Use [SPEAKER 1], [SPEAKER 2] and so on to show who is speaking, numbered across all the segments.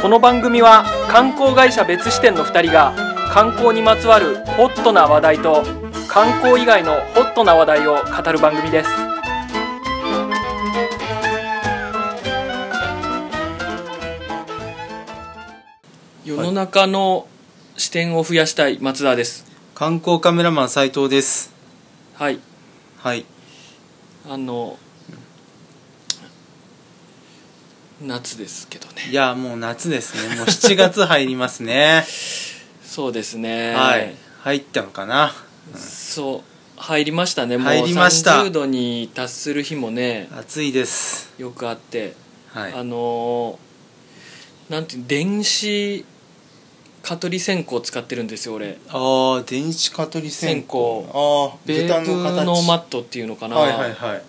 [SPEAKER 1] この番組は観光会社別支店の2人が観光にまつわるホットな話題と観光以外のホットな話題を語る番組です世の中の視点を増やしたい松田です
[SPEAKER 2] 観光カメラマン斉藤です
[SPEAKER 1] はい
[SPEAKER 2] はい
[SPEAKER 1] あの夏ですけどね
[SPEAKER 2] いやもう夏ですねもう7月入りま すね
[SPEAKER 1] そうですね
[SPEAKER 2] はい入ったのかな
[SPEAKER 1] そう入りましたねもう
[SPEAKER 2] 入りました
[SPEAKER 1] 30度に達する日もね
[SPEAKER 2] 暑いです
[SPEAKER 1] よくあって、
[SPEAKER 2] はい
[SPEAKER 1] あのーなんていう電子蚊取り線香を使ってるんですよ俺
[SPEAKER 2] あー電子蚊取り線香
[SPEAKER 1] 線香
[SPEAKER 2] ああ
[SPEAKER 1] ベーブのマットっていうのかな、
[SPEAKER 2] はいはいはい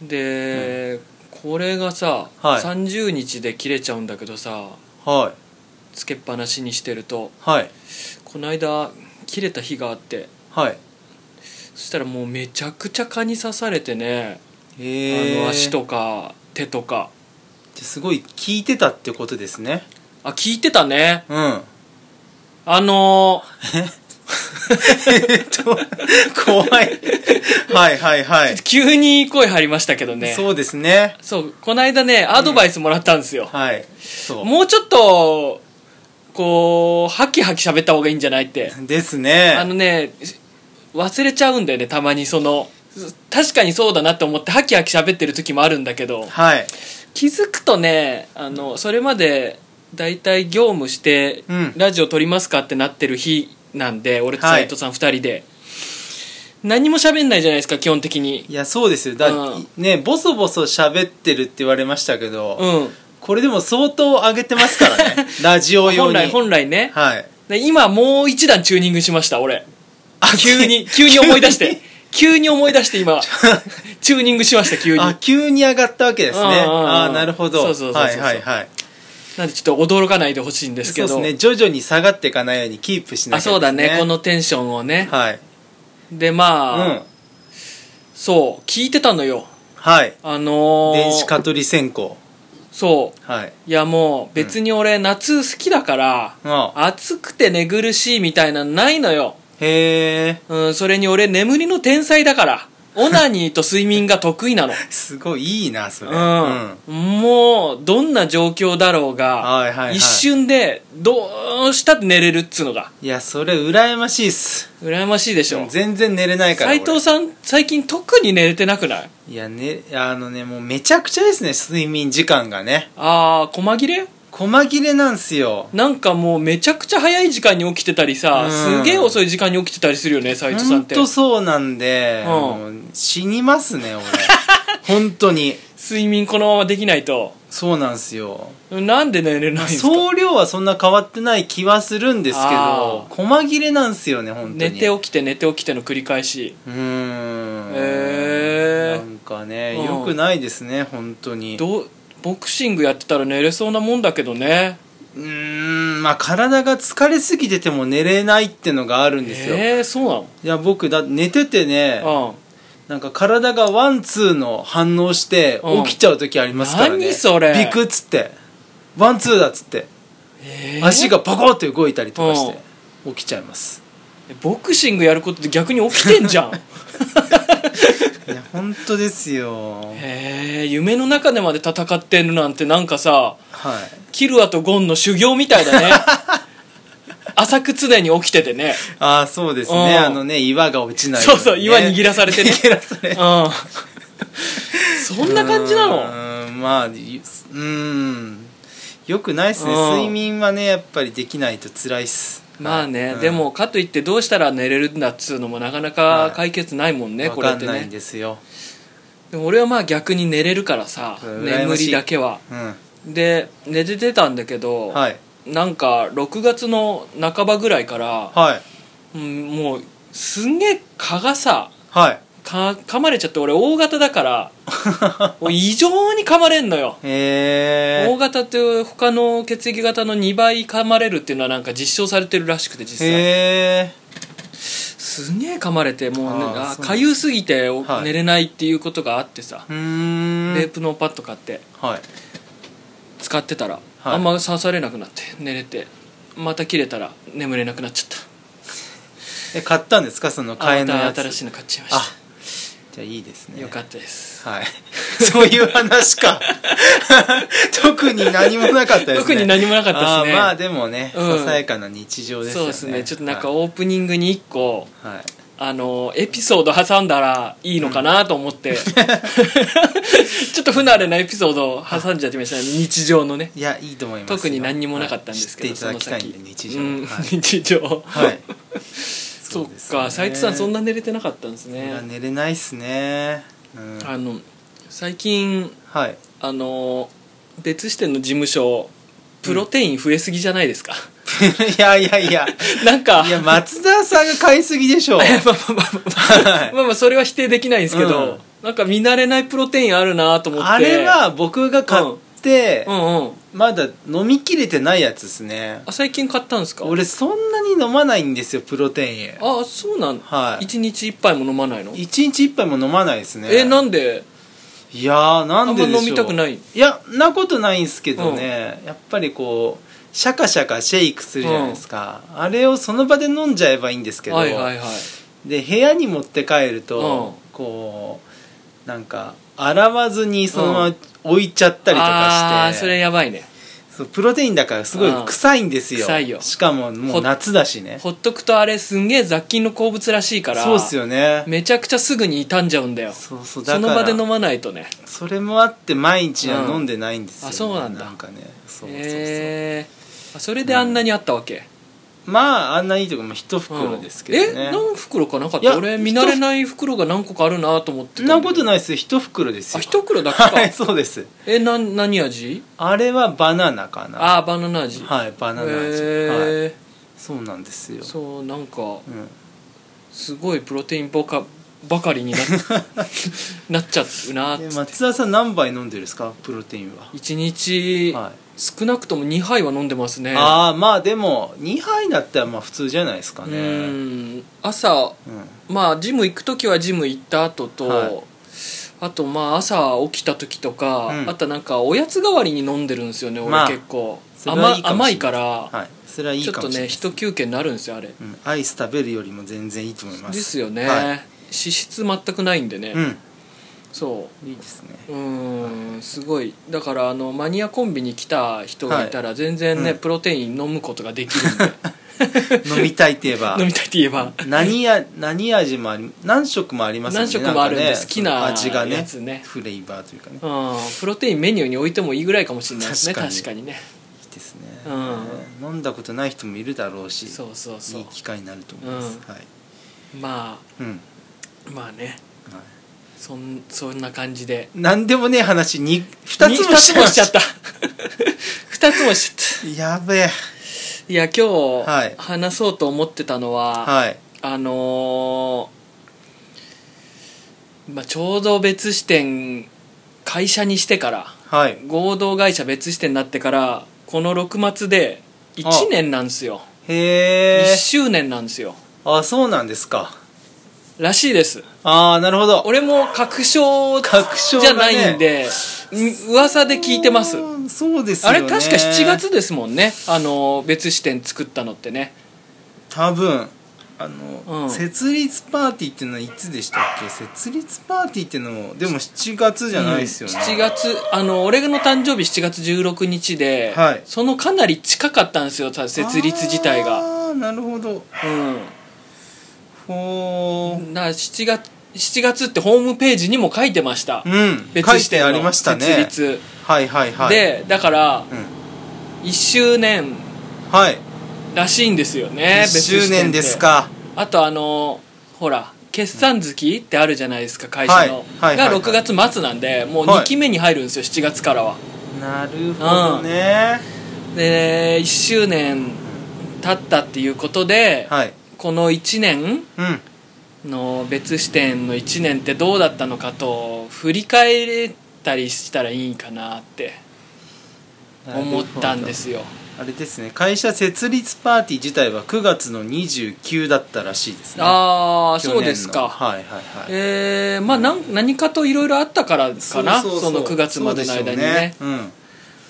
[SPEAKER 1] で、これがさ、
[SPEAKER 2] はい
[SPEAKER 1] 30日で切れちゃうんだけどさ
[SPEAKER 2] はい
[SPEAKER 1] つけっぱなしにしてると
[SPEAKER 2] はい
[SPEAKER 1] この間切れた日があって
[SPEAKER 2] はい
[SPEAKER 1] そしたらもうめちゃくちゃ蚊に刺されてね、
[SPEAKER 2] へえ
[SPEAKER 1] あの足とか手とか
[SPEAKER 2] すごい聞いてたってことですね
[SPEAKER 1] あ聞いてたね
[SPEAKER 2] うん
[SPEAKER 1] あの
[SPEAKER 2] えっと怖いはいはいはい、
[SPEAKER 1] ー急に声張りましたけどねそう
[SPEAKER 2] そうですね
[SPEAKER 1] この間ねアドバイスもらったんですよ、
[SPEAKER 2] はいそう
[SPEAKER 1] もうちょっとこうハキハキ喋った方がいいんじゃないって
[SPEAKER 2] ですね
[SPEAKER 1] あのね忘れちゃうんだよねたまにその確かにそうだなって思ってハキハキ喋ってる時もあるんだけど
[SPEAKER 2] はい
[SPEAKER 1] 気づくとねあのそれまで大体業務して、
[SPEAKER 2] うん
[SPEAKER 1] ラジオ撮りますかってなってる日なんで俺と
[SPEAKER 2] は
[SPEAKER 1] 斎
[SPEAKER 2] い
[SPEAKER 1] 藤さん2人で、何も喋んないじゃないですか基本的に
[SPEAKER 2] いやそうですよだ、
[SPEAKER 1] うん
[SPEAKER 2] ねボソボソ喋ってるって言われましたけど、
[SPEAKER 1] うん
[SPEAKER 2] これでも相当上げてますから ねラジオ用
[SPEAKER 1] 本
[SPEAKER 2] に
[SPEAKER 1] 来本来ね
[SPEAKER 2] はい
[SPEAKER 1] で今もう一段チューニングしました俺 急に急に思い出 して急に思い出して今 チューニングしました急に
[SPEAKER 2] あ急に上がったわけですね
[SPEAKER 1] うんうんうん
[SPEAKER 2] ああなるほど
[SPEAKER 1] そうそうそうそう
[SPEAKER 2] はいはいはい
[SPEAKER 1] なんでちょっと驚かないでほしいんですけ
[SPEAKER 2] そう
[SPEAKER 1] ど
[SPEAKER 2] ですね徐々に下がっていかないようにキープしな
[SPEAKER 1] あ
[SPEAKER 2] きゃです、ね、
[SPEAKER 1] そうだねこのテンションをね、
[SPEAKER 2] はい
[SPEAKER 1] で
[SPEAKER 2] う
[SPEAKER 1] まあ、
[SPEAKER 2] ん
[SPEAKER 1] そう聞いてたのよ
[SPEAKER 2] はい
[SPEAKER 1] あのー、
[SPEAKER 2] 電子蚊取り線香
[SPEAKER 1] そう
[SPEAKER 2] はい
[SPEAKER 1] いやもう別に俺夏好きだから、
[SPEAKER 2] ああ
[SPEAKER 1] 暑くて寝苦しいみたいなのないのよ、
[SPEAKER 2] へえ
[SPEAKER 1] うん、それに俺眠りの天才だからオナニーと睡眠が得意 なの
[SPEAKER 2] すごいいいなそれ
[SPEAKER 1] うん、もうどんな状況だろうが、
[SPEAKER 2] はいはいはい
[SPEAKER 1] 一瞬でどうしたって寝れるっつうのが
[SPEAKER 2] いやそれ羨ましいっす
[SPEAKER 1] 羨ましいでしょ
[SPEAKER 2] 全然寝れないから
[SPEAKER 1] 斉
[SPEAKER 2] 俺
[SPEAKER 1] 藤さん最近特に寝れてなくない
[SPEAKER 2] いやねあのねもうめちゃくちゃですね睡眠時間がね
[SPEAKER 1] ああ細切れ
[SPEAKER 2] 細切れなんすよ
[SPEAKER 1] なんかもうめちゃくちゃ早い時間に起きてたりさ、
[SPEAKER 2] う
[SPEAKER 1] す
[SPEAKER 2] ん
[SPEAKER 1] げえ遅い時間に起きてたりするよね斉藤さん
[SPEAKER 2] 本
[SPEAKER 1] って
[SPEAKER 2] 当そうなんで、
[SPEAKER 1] うん
[SPEAKER 2] もう死にます ね俺本当に
[SPEAKER 1] 睡眠このままできないと
[SPEAKER 2] そうなんすよ
[SPEAKER 1] なんで寝れないんですか、
[SPEAKER 2] 総量はそんな変わってない気はするんですけ
[SPEAKER 1] あ
[SPEAKER 2] ど細切れなんすよね本当
[SPEAKER 1] 寝
[SPEAKER 2] に
[SPEAKER 1] て起きて寝て起きての繰り返し
[SPEAKER 2] うーん
[SPEAKER 1] へー
[SPEAKER 2] なんかね
[SPEAKER 1] うん
[SPEAKER 2] よくないですね本当にう
[SPEAKER 1] どうボクシングやってたら寝れそうなもんだけどね
[SPEAKER 2] ーんまあ体が疲れすぎてても寝れないってのがあるんですよ、
[SPEAKER 1] えー、そう
[SPEAKER 2] いや僕だ寝ててね
[SPEAKER 1] なの、
[SPEAKER 2] なんか体がワンツーの反応して
[SPEAKER 1] うん
[SPEAKER 2] 起きちゃう時ありますからね、
[SPEAKER 1] 何それ
[SPEAKER 2] ビクッつってワンツーだっつって
[SPEAKER 1] うんえー
[SPEAKER 2] 足がパコッて動いたりとかして起きちゃいます
[SPEAKER 1] ボクシングやることで逆に起きてんじ ゃん
[SPEAKER 2] いや本当ですよ
[SPEAKER 1] へえ夢の中でまで戦ってるなんてなんかさ
[SPEAKER 2] はい
[SPEAKER 1] キルアとゴンの修行みたい だね浅く常に起きててね
[SPEAKER 2] ああそうです
[SPEAKER 1] うん
[SPEAKER 2] ねあのね岩が落ちないよ
[SPEAKER 1] そう
[SPEAKER 2] にね、
[SPEAKER 1] うそう岩握らされ てね
[SPEAKER 2] 握らされ
[SPEAKER 1] うんそんな感じな
[SPEAKER 2] う
[SPEAKER 1] の
[SPEAKER 2] ーんまあゆうーんよくないっすね
[SPEAKER 1] うん
[SPEAKER 2] 睡眠はねやっぱりできないと辛いっす
[SPEAKER 1] まあね、
[SPEAKER 2] うん
[SPEAKER 1] でもかといってどうしたら寝れるんだっつうのもなかなか解決ないもんね、
[SPEAKER 2] わ
[SPEAKER 1] これ
[SPEAKER 2] か
[SPEAKER 1] っ
[SPEAKER 2] ん
[SPEAKER 1] て
[SPEAKER 2] ないん
[SPEAKER 1] ね
[SPEAKER 2] ですよ、
[SPEAKER 1] でも俺はまあ逆に寝れるからさ
[SPEAKER 2] うん
[SPEAKER 1] 眠
[SPEAKER 2] 羨ましい
[SPEAKER 1] りだけはで寝ててたんだけど、
[SPEAKER 2] うんはい
[SPEAKER 1] なんか6月の半ばぐらいから、
[SPEAKER 2] はい
[SPEAKER 1] うんもうすんげえ蚊がさ
[SPEAKER 2] はい
[SPEAKER 1] か噛まれちゃって俺大型だから もう異常に噛まれんのよ
[SPEAKER 2] へ
[SPEAKER 1] 大
[SPEAKER 2] え
[SPEAKER 1] 型って他の血液型の2倍噛まれるっていうのはなんか実証されてるらしくて実際
[SPEAKER 2] へえ
[SPEAKER 1] すげえ噛まれてもうね
[SPEAKER 2] あー
[SPEAKER 1] あ
[SPEAKER 2] そう
[SPEAKER 1] かゆすぎてお
[SPEAKER 2] はい
[SPEAKER 1] 寝れないっていうことがあってさ、
[SPEAKER 2] うー
[SPEAKER 1] レー
[SPEAKER 2] ん
[SPEAKER 1] プノーパッド買って
[SPEAKER 2] はい
[SPEAKER 1] 使ってたら
[SPEAKER 2] はい
[SPEAKER 1] あんま刺されなくなって寝れてまた切れたら眠れなくなっちゃっ
[SPEAKER 2] え買ったんですかその
[SPEAKER 1] た
[SPEAKER 2] 替えの
[SPEAKER 1] あま
[SPEAKER 2] や
[SPEAKER 1] た新
[SPEAKER 2] つ
[SPEAKER 1] しいの買っちゃいま
[SPEAKER 2] あ
[SPEAKER 1] し
[SPEAKER 2] じゃあいいです
[SPEAKER 1] た、
[SPEAKER 2] ね
[SPEAKER 1] よかったです
[SPEAKER 2] はい そういう話か 特に何もなかったですね
[SPEAKER 1] 特に何もなかったですね
[SPEAKER 2] あーまあでもね、
[SPEAKER 1] うん
[SPEAKER 2] ささやかな日常です
[SPEAKER 1] そ
[SPEAKER 2] よ
[SPEAKER 1] う
[SPEAKER 2] ね
[SPEAKER 1] ですねちょっとなんか
[SPEAKER 2] は
[SPEAKER 1] オープニングに1個
[SPEAKER 2] い、はい
[SPEAKER 1] あのエピソード挟んだらいいのかなと思 って、 ちょっと不慣れなエピソードを挟んじゃってましたね日常のね
[SPEAKER 2] いやいいと思いますよ
[SPEAKER 1] 特に何にもなかったんですけど、
[SPEAKER 2] はい知っていただきたいんで
[SPEAKER 1] その先
[SPEAKER 2] 日常、
[SPEAKER 1] うん
[SPEAKER 2] はい
[SPEAKER 1] 日常
[SPEAKER 2] はい。
[SPEAKER 1] そっ
[SPEAKER 2] うですね
[SPEAKER 1] か斉藤さんそんな寝れてなかったんです
[SPEAKER 2] い
[SPEAKER 1] ね
[SPEAKER 2] や寝れないっすね。うん、
[SPEAKER 1] あの最近
[SPEAKER 2] はい。
[SPEAKER 1] あの別支店の事務所プロテイン増えすぎじゃないですか、
[SPEAKER 2] いやいやいや。
[SPEAKER 1] なんか
[SPEAKER 2] いや松田さんが買いすぎ でしょう。
[SPEAKER 1] いや まあまあまあまあ、
[SPEAKER 2] はい
[SPEAKER 1] まあまあそれは否定できないんですけど、
[SPEAKER 2] うん
[SPEAKER 1] なんか見慣れないプロテインあるなと思って
[SPEAKER 2] あれは僕が買って、
[SPEAKER 1] うんうん
[SPEAKER 2] まだ飲みきれてないやつですね。
[SPEAKER 1] あ最近買ったんですか
[SPEAKER 2] 俺そんなに飲まないんですよプロテイン。
[SPEAKER 1] あそうなん、
[SPEAKER 2] はい
[SPEAKER 1] 一日一杯も飲まないの
[SPEAKER 2] 一日一杯も飲まないですね。
[SPEAKER 1] えなんで
[SPEAKER 2] いやーなんででしょう
[SPEAKER 1] あんま飲みたくない
[SPEAKER 2] いやなことないんすけどね、やっぱりこうシャカシャカシェイクするじゃないですか、あれをその場で飲んじゃえばいいんですけど、
[SPEAKER 1] はいはいはい
[SPEAKER 2] で部屋に持って帰ると、こうなんか洗わずにそのまま置いちゃったりと
[SPEAKER 1] あ
[SPEAKER 2] か
[SPEAKER 1] あ
[SPEAKER 2] し
[SPEAKER 1] そ
[SPEAKER 2] て、
[SPEAKER 1] れやばいね
[SPEAKER 2] そうプロテインだからすごい臭いんです
[SPEAKER 1] う
[SPEAKER 2] よ,、
[SPEAKER 1] ん臭いよ
[SPEAKER 2] しかももう夏だしね
[SPEAKER 1] ほっとくとあれすんげえ雑菌の好物らしいから
[SPEAKER 2] そうっすよね
[SPEAKER 1] めちゃくちゃすぐに傷んじゃうんだよ
[SPEAKER 2] そうそうだ
[SPEAKER 1] そ
[SPEAKER 2] か
[SPEAKER 1] の場
[SPEAKER 2] ら
[SPEAKER 1] で飲まないとね
[SPEAKER 2] それもあって毎日は飲んでないんですよ、ね
[SPEAKER 1] うんあそうなんだ
[SPEAKER 2] なんかねそうそうそう、
[SPEAKER 1] へえあそれであんなにあったわけ、
[SPEAKER 2] まああんないいとこも一袋ですけどね
[SPEAKER 1] え、何袋かなかっ
[SPEAKER 2] いや
[SPEAKER 1] た俺見慣れない袋が何個かあるなと思って
[SPEAKER 2] そんなこと
[SPEAKER 1] い
[SPEAKER 2] ないですよ一袋です
[SPEAKER 1] あ
[SPEAKER 2] よ
[SPEAKER 1] 一袋だけか、
[SPEAKER 2] はいそうです
[SPEAKER 1] えな何味
[SPEAKER 2] あれはバナナかな
[SPEAKER 1] ああバナナ味
[SPEAKER 2] はいバナナ味、はい、
[SPEAKER 1] へえ
[SPEAKER 2] そうなんですよ
[SPEAKER 1] そうなんか
[SPEAKER 2] うん
[SPEAKER 1] すごいプロテインばかばかり になっなっちゃうなっ
[SPEAKER 2] で
[SPEAKER 1] て
[SPEAKER 2] 松田さん何杯飲んでるんですかプロテインは、
[SPEAKER 1] 一日
[SPEAKER 2] はい
[SPEAKER 1] 少なくとも2杯は飲んでますね
[SPEAKER 2] ああまあでも2杯だったらまあ普通じゃないですか
[SPEAKER 1] う
[SPEAKER 2] ね
[SPEAKER 1] ん朝
[SPEAKER 2] うん
[SPEAKER 1] まあジム行く時はジム行った後と、
[SPEAKER 2] はい
[SPEAKER 1] あとまあ朝起きた時とか、
[SPEAKER 2] うん
[SPEAKER 1] あとなんかおやつ代わりに飲んでるんですよね俺
[SPEAKER 2] まあ
[SPEAKER 1] 結構、
[SPEAKER 2] それはいい
[SPEAKER 1] 甘
[SPEAKER 2] かもしれない
[SPEAKER 1] 甘いから
[SPEAKER 2] はいそれはいい
[SPEAKER 1] ちょっ
[SPEAKER 2] か
[SPEAKER 1] と
[SPEAKER 2] もしれな
[SPEAKER 1] ね
[SPEAKER 2] い
[SPEAKER 1] 一休憩になるんですよあれ
[SPEAKER 2] うん、アイス食べるよりも全然いいと思います
[SPEAKER 1] ですよね、
[SPEAKER 2] はい
[SPEAKER 1] 脂質全くないんでね、
[SPEAKER 2] うん
[SPEAKER 1] そ
[SPEAKER 2] いいですね
[SPEAKER 1] ううーんすごいだからあのマニアコンビに来た人がいたら全然ね、
[SPEAKER 2] うん
[SPEAKER 1] プロテイン飲むことができ るんで
[SPEAKER 2] 飲みたいって言え ば
[SPEAKER 1] 飲みたいって言えば
[SPEAKER 2] 何や何味もあり何色もありますよね
[SPEAKER 1] 何色もあるんで
[SPEAKER 2] なかね
[SPEAKER 1] 好きな
[SPEAKER 2] 味がね
[SPEAKER 1] やつね
[SPEAKER 2] フレーバーというかねい
[SPEAKER 1] うんプロテインメニューに置いてもいいぐらいかもしれないですね
[SPEAKER 2] 確かに
[SPEAKER 1] 確かにね
[SPEAKER 2] いですね、
[SPEAKER 1] う
[SPEAKER 2] 飲んだことない人もいるだろうし
[SPEAKER 1] そうそうそう
[SPEAKER 2] い機会になると思います、
[SPEAKER 1] うん
[SPEAKER 2] はい、
[SPEAKER 1] ま
[SPEAKER 2] うん
[SPEAKER 1] あまあね
[SPEAKER 2] は
[SPEAKER 1] そんそんな感じで
[SPEAKER 2] い、何でもねえ話に2
[SPEAKER 1] に
[SPEAKER 2] つもし
[SPEAKER 1] 二
[SPEAKER 2] ま
[SPEAKER 1] つもしちゃ
[SPEAKER 2] し
[SPEAKER 1] った た二つもしちゃっ
[SPEAKER 2] やべえ
[SPEAKER 1] たいや今
[SPEAKER 2] はい
[SPEAKER 1] 日話そうと思ってたのは、
[SPEAKER 2] はい
[SPEAKER 1] あのーまあ、ちょうど別支店会社にしてから
[SPEAKER 2] はい
[SPEAKER 1] 合同会社別支店になってからこの6末で1年なんですよ
[SPEAKER 2] へ
[SPEAKER 1] 1
[SPEAKER 2] え
[SPEAKER 1] 周年なんですよ
[SPEAKER 2] あそうなんですから
[SPEAKER 1] しいです
[SPEAKER 2] ああなるほど
[SPEAKER 1] 俺も確証
[SPEAKER 2] 確証
[SPEAKER 1] じゃ
[SPEAKER 2] が
[SPEAKER 1] な
[SPEAKER 2] ね
[SPEAKER 1] いんで、ん噂で聞いてます
[SPEAKER 2] うんそうですよ
[SPEAKER 1] あ
[SPEAKER 2] ね
[SPEAKER 1] れ確か7月ですもんねあの別支店作ったのってね
[SPEAKER 2] 多分あの、
[SPEAKER 1] うん
[SPEAKER 2] 設立パーティーっていうのはいつでしたっけ設立パーティーっていうのもでも7月じゃないですよね、
[SPEAKER 1] 7月あの俺の誕生日7月16日で、
[SPEAKER 2] はい
[SPEAKER 1] そのかなり近かったんですよた設立自体が
[SPEAKER 2] ああなるほどほ
[SPEAKER 1] うんな7月7月ってホームページにも書いてました
[SPEAKER 2] ううん書いてありましたね
[SPEAKER 1] 設立、
[SPEAKER 2] はいはいはい、
[SPEAKER 1] でだから
[SPEAKER 2] うん、
[SPEAKER 1] 1周年
[SPEAKER 2] はい、
[SPEAKER 1] らしいんですよね
[SPEAKER 2] 1周年です
[SPEAKER 1] か
[SPEAKER 2] か
[SPEAKER 1] あとあのほら決算月ってあるじゃないですか会社の、
[SPEAKER 2] はいはいはい
[SPEAKER 1] が
[SPEAKER 2] はい
[SPEAKER 1] 6月末なんでもう
[SPEAKER 2] は
[SPEAKER 1] 2
[SPEAKER 2] い
[SPEAKER 1] 期目に入るんですよ、7月からは
[SPEAKER 2] なるほどね、
[SPEAKER 1] で1周年経ったっていうことで、
[SPEAKER 2] はい
[SPEAKER 1] この1年
[SPEAKER 2] うん
[SPEAKER 1] の別視点の1年ってどうだったのかと振り返れたりしたらいいかなって思ったんですよ
[SPEAKER 2] なるほどあれですね会社設立パーティー自体は9月の29だったらしいですね
[SPEAKER 1] ああ
[SPEAKER 2] 去年
[SPEAKER 1] そ
[SPEAKER 2] の
[SPEAKER 1] うですか、
[SPEAKER 2] はいはいはい
[SPEAKER 1] えー、まあなん何かといろいろあったからかなその9月までの間にね
[SPEAKER 2] そうでしょうね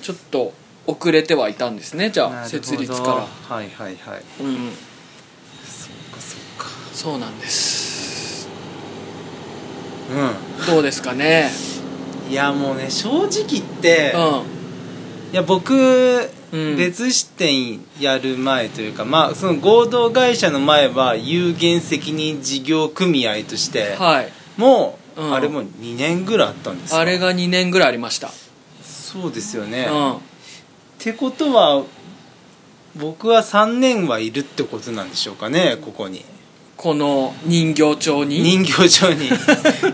[SPEAKER 1] ちょっと遅れてはいたんですねじゃ
[SPEAKER 2] な
[SPEAKER 1] あ
[SPEAKER 2] るほど
[SPEAKER 1] 設立か
[SPEAKER 2] はいはいはい
[SPEAKER 1] らうん
[SPEAKER 2] そうかそうか
[SPEAKER 1] そうなんです
[SPEAKER 2] う
[SPEAKER 1] どうですかね
[SPEAKER 2] んいやもうね正直言って、
[SPEAKER 1] う
[SPEAKER 2] い
[SPEAKER 1] ん
[SPEAKER 2] や僕、
[SPEAKER 1] うん
[SPEAKER 2] 別支店やる前というかまあその合同会社の前は有限責任事業組合として
[SPEAKER 1] はい
[SPEAKER 2] もう、
[SPEAKER 1] うん
[SPEAKER 2] あれも2年ぐらいあったんですよ
[SPEAKER 1] あれが2年ぐらいありました
[SPEAKER 2] そうですよね、
[SPEAKER 1] う
[SPEAKER 2] っ
[SPEAKER 1] ん
[SPEAKER 2] てことは僕は3年はいるってことなんでしょうかねここに
[SPEAKER 1] この人形町に
[SPEAKER 2] 人形町 に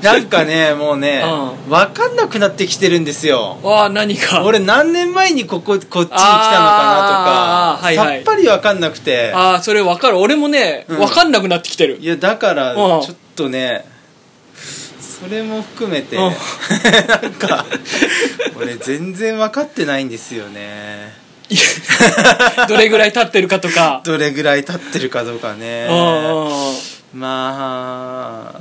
[SPEAKER 2] なんかねもうね、
[SPEAKER 1] う
[SPEAKER 2] 分かんなくなってきてるんですよ
[SPEAKER 1] わあ何か
[SPEAKER 2] 俺何年前にこここっちに来たのかなと
[SPEAKER 1] あー
[SPEAKER 2] か、
[SPEAKER 1] はいはい
[SPEAKER 2] さっぱり分かんなくて
[SPEAKER 1] ああそれ分かる俺もね
[SPEAKER 2] うん
[SPEAKER 1] 分かんなくなってきて る
[SPEAKER 2] いやだからち
[SPEAKER 1] う
[SPEAKER 2] ょ
[SPEAKER 1] ん
[SPEAKER 2] っとねそれも含めて
[SPEAKER 1] う
[SPEAKER 2] なんんか俺全然分かってないんですよね
[SPEAKER 1] いやどれぐらい経ってるかとか
[SPEAKER 2] どれぐらい経ってるかどうか
[SPEAKER 1] う
[SPEAKER 2] ね
[SPEAKER 1] んうんうん
[SPEAKER 2] まあ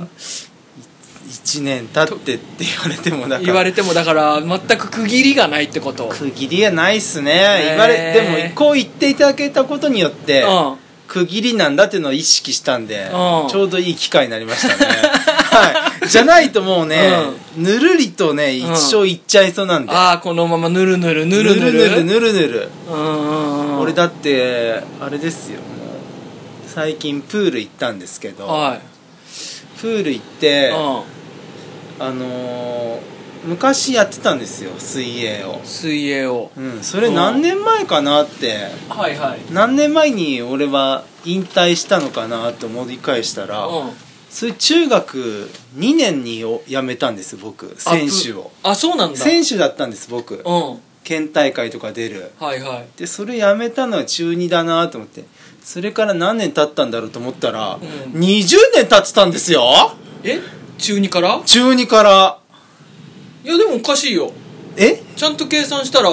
[SPEAKER 2] 1年経ってって言われてもだから
[SPEAKER 1] 言われてもだから全く区切りがないってこと
[SPEAKER 2] 区切りはないっすね、
[SPEAKER 1] え
[SPEAKER 2] 言われでもこう言っていただけたことによって、
[SPEAKER 1] うん
[SPEAKER 2] 区切りなんだっていうのを意識したんで、
[SPEAKER 1] うん
[SPEAKER 2] ちょうどいい機会になり ましたね、はい、じゃないともうね、ぬるりとね一生いっちゃいそうなんで、
[SPEAKER 1] ああこのままぬるぬるぬるぬる
[SPEAKER 2] ぬるぬるぬる
[SPEAKER 1] うんうんうん
[SPEAKER 2] 俺だってあれですよもう最近プール行ったんですけど、
[SPEAKER 1] は
[SPEAKER 2] プール行っ
[SPEAKER 1] い、
[SPEAKER 2] て、
[SPEAKER 1] う
[SPEAKER 2] あのー昔やってたんですよ水泳を
[SPEAKER 1] ん、、水泳を
[SPEAKER 2] うん、それ何年前かなって
[SPEAKER 1] はいはい
[SPEAKER 2] 何年前に俺は引退したのかなと思い返したら、
[SPEAKER 1] う
[SPEAKER 2] それ中学2年にお辞めたんです僕選手を
[SPEAKER 1] んあそうなんだ
[SPEAKER 2] 選手だったんです僕
[SPEAKER 1] うん
[SPEAKER 2] 県大会とか出る
[SPEAKER 1] はいはい
[SPEAKER 2] でそれ辞めたのは中2だなと思ってそれから何年経ったんだろうと思ったら、
[SPEAKER 1] ん
[SPEAKER 2] 20年経ってたんですよ
[SPEAKER 1] え中2から
[SPEAKER 2] 中2から
[SPEAKER 1] いやでもおかしいよ
[SPEAKER 2] え
[SPEAKER 1] ちゃんと計算 したら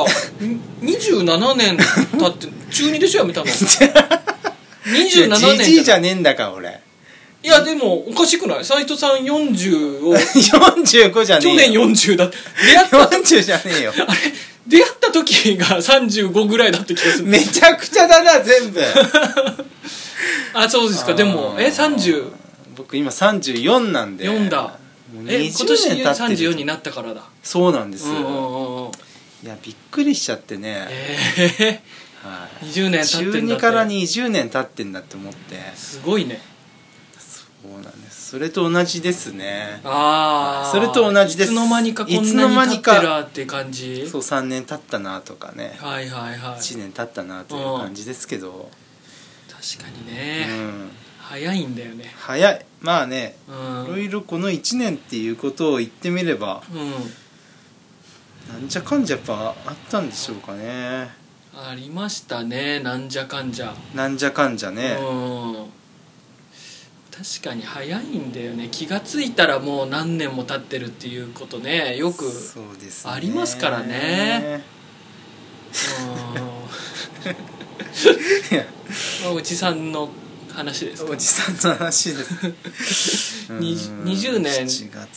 [SPEAKER 1] 27年経って中2でしょやめた の27年
[SPEAKER 2] じじいじゃねえんだから俺
[SPEAKER 1] いやでもおかしくない斎藤さん40を
[SPEAKER 2] 45じゃね
[SPEAKER 1] 去
[SPEAKER 2] え
[SPEAKER 1] 年
[SPEAKER 2] よ
[SPEAKER 1] 40だ出会 った時
[SPEAKER 2] 40じゃねえよ
[SPEAKER 1] あれ出会った時が35ぐらいだった気がする
[SPEAKER 2] めちゃくちゃだな全部
[SPEAKER 1] あそうですかでもえ三34
[SPEAKER 2] 僕今34なんで
[SPEAKER 1] だ
[SPEAKER 2] もう
[SPEAKER 1] え今年
[SPEAKER 2] 20年経って
[SPEAKER 1] 34
[SPEAKER 2] る
[SPEAKER 1] になったからだ
[SPEAKER 2] そうなんで
[SPEAKER 1] う
[SPEAKER 2] す
[SPEAKER 1] んう
[SPEAKER 2] よ
[SPEAKER 1] んうんうん
[SPEAKER 2] いやびっくりしちゃってね、
[SPEAKER 1] え
[SPEAKER 2] はい
[SPEAKER 1] ー、20年経ってんだ
[SPEAKER 2] 12
[SPEAKER 1] って
[SPEAKER 2] から20年経ってんだって思って
[SPEAKER 1] すごいね
[SPEAKER 2] そうなんですそれと同じですね
[SPEAKER 1] ああ
[SPEAKER 2] それと同じです
[SPEAKER 1] いつの間にかこ
[SPEAKER 2] い
[SPEAKER 1] ん
[SPEAKER 2] つ
[SPEAKER 1] な
[SPEAKER 2] の間
[SPEAKER 1] に経っ
[SPEAKER 2] に
[SPEAKER 1] て
[SPEAKER 2] から
[SPEAKER 1] って感じ
[SPEAKER 2] そう3年経ったなとかね
[SPEAKER 1] はいはいはい
[SPEAKER 2] 1年経ったなという感じですけど、
[SPEAKER 1] 確かに
[SPEAKER 2] う
[SPEAKER 1] ね、
[SPEAKER 2] ん、
[SPEAKER 1] 早いんだよね
[SPEAKER 2] 早いまあね
[SPEAKER 1] う
[SPEAKER 2] い
[SPEAKER 1] ん
[SPEAKER 2] ろいろこの1年っていうことを言ってみれば
[SPEAKER 1] うん
[SPEAKER 2] なんじゃかんじゃやっぱあったんでしょうかね
[SPEAKER 1] ありましたねなんじゃかんじゃ、
[SPEAKER 2] なんじゃかんじゃね、
[SPEAKER 1] うん確かに早いんだよね気が付いたらもう何年も経ってるっていうことねよく
[SPEAKER 2] そうですね
[SPEAKER 1] ありますからね
[SPEAKER 2] いや
[SPEAKER 1] うんおじさんの話です
[SPEAKER 2] お
[SPEAKER 1] か
[SPEAKER 2] じさんの話です
[SPEAKER 1] に20年
[SPEAKER 2] 7月か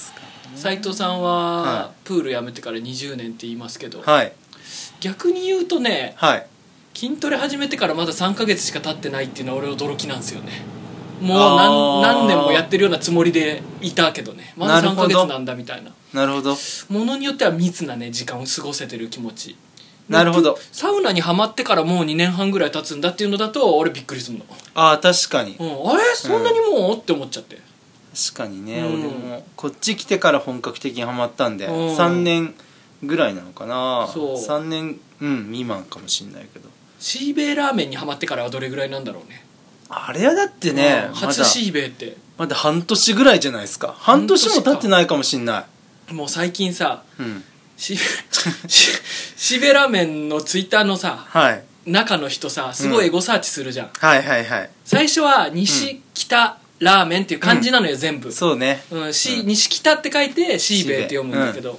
[SPEAKER 1] 斉藤さんは、
[SPEAKER 2] は
[SPEAKER 1] プールやめてから20年って言いますけど、
[SPEAKER 2] なはい
[SPEAKER 1] 逆に言うとね
[SPEAKER 2] はい
[SPEAKER 1] 筋トレ始めてからまだ3ヶ月しか経ってないっていうのは俺驚きなんですよねもう
[SPEAKER 2] あー
[SPEAKER 1] 何何年もやってるようなつもりでいたけどねまだ
[SPEAKER 2] な
[SPEAKER 1] 3
[SPEAKER 2] る
[SPEAKER 1] ヶ
[SPEAKER 2] ほど
[SPEAKER 1] 月なんだみたいな
[SPEAKER 2] なるほど
[SPEAKER 1] ものによっては密なね時間を過ごせてる気持ち
[SPEAKER 2] なるほど
[SPEAKER 1] サウナにはまってからもう2年半ぐらい経つんだっていうのだと俺びっくりするの、
[SPEAKER 2] ああ確かに
[SPEAKER 1] うん、あれそんなにもう、って思っちゃって
[SPEAKER 2] 確かにね、
[SPEAKER 1] うん
[SPEAKER 2] 俺もこっち来てから本格的にハマったんで、
[SPEAKER 1] うん
[SPEAKER 2] 3年ぐらいなのかな
[SPEAKER 1] そう
[SPEAKER 2] 3年うん未満かもしんないけど
[SPEAKER 1] シーベイラーメンにはまってからはどれぐらいなんだろうね
[SPEAKER 2] あれはだってね、
[SPEAKER 1] うん
[SPEAKER 2] まだ
[SPEAKER 1] 初シーベイって
[SPEAKER 2] まだ半年ぐらいじゃないですか半年も経ってないかもしんな
[SPEAKER 1] もう最近さ
[SPEAKER 2] いうん
[SPEAKER 1] シーベシシーベイラーメンのツイッターのさ
[SPEAKER 2] はい
[SPEAKER 1] 中の人さすごいエゴサーチするじゃん、
[SPEAKER 2] はいはいはい
[SPEAKER 1] 最初は西北ラーメンっていう漢字なのよ、全部
[SPEAKER 2] そうね
[SPEAKER 1] うん、し
[SPEAKER 2] うん
[SPEAKER 1] 西北って書いてシーベイって読むんだけど、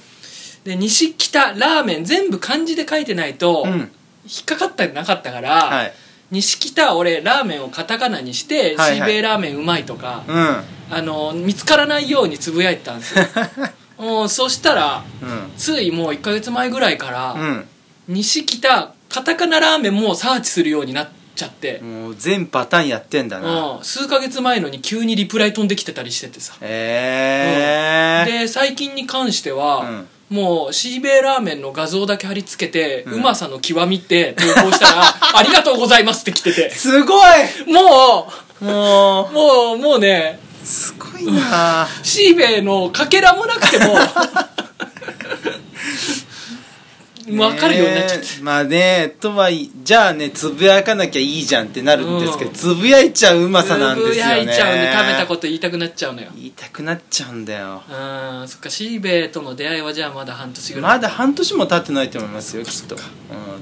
[SPEAKER 1] で西北ラーメン全部漢字で書いてないと、
[SPEAKER 2] うん
[SPEAKER 1] 引っかかったりなかったから、
[SPEAKER 2] はい
[SPEAKER 1] 西北俺ラーメンをカタカナにして、
[SPEAKER 2] はいはい
[SPEAKER 1] シーベイラーメンうまいとか、
[SPEAKER 2] う
[SPEAKER 1] あの見つからないようにつぶやいてたん ですよもうそしたら
[SPEAKER 2] んうん
[SPEAKER 1] ついもう1ヶ月前ぐらいから、
[SPEAKER 2] うん
[SPEAKER 1] 西北カタカナラーメンもサーチするようになっちゃって、
[SPEAKER 2] もう全パターンやってんだな、
[SPEAKER 1] うん、数ヶ月前のに急にリプライ飛んできてたりしててさ、
[SPEAKER 2] ええ
[SPEAKER 1] で最近に関しては、もうシーベイラーメンの画像だけ貼り付けて、
[SPEAKER 2] う
[SPEAKER 1] うんまさの極みって投稿したら 「ありがとうございます」って来てて
[SPEAKER 2] すごい
[SPEAKER 1] も
[SPEAKER 2] も
[SPEAKER 1] うもうもうね
[SPEAKER 2] うすごいな
[SPEAKER 1] シーベイのかけらもなく ても分かるようになっちゃって
[SPEAKER 2] ねえまあねとはいじゃあねつぶやかなきゃいいじゃんってなるんですけど、
[SPEAKER 1] うん
[SPEAKER 2] つぶやいちゃううまさなんですよね
[SPEAKER 1] つぶやいちゃうね食べたこと言いたくなっちゃうのよ
[SPEAKER 2] 言いたくなっちゃうんだよ
[SPEAKER 1] うんそっかシーベイとの出会いはじゃあまだ半年ぐらい
[SPEAKER 2] まだ半年も経ってないと思いますよきっと、うん、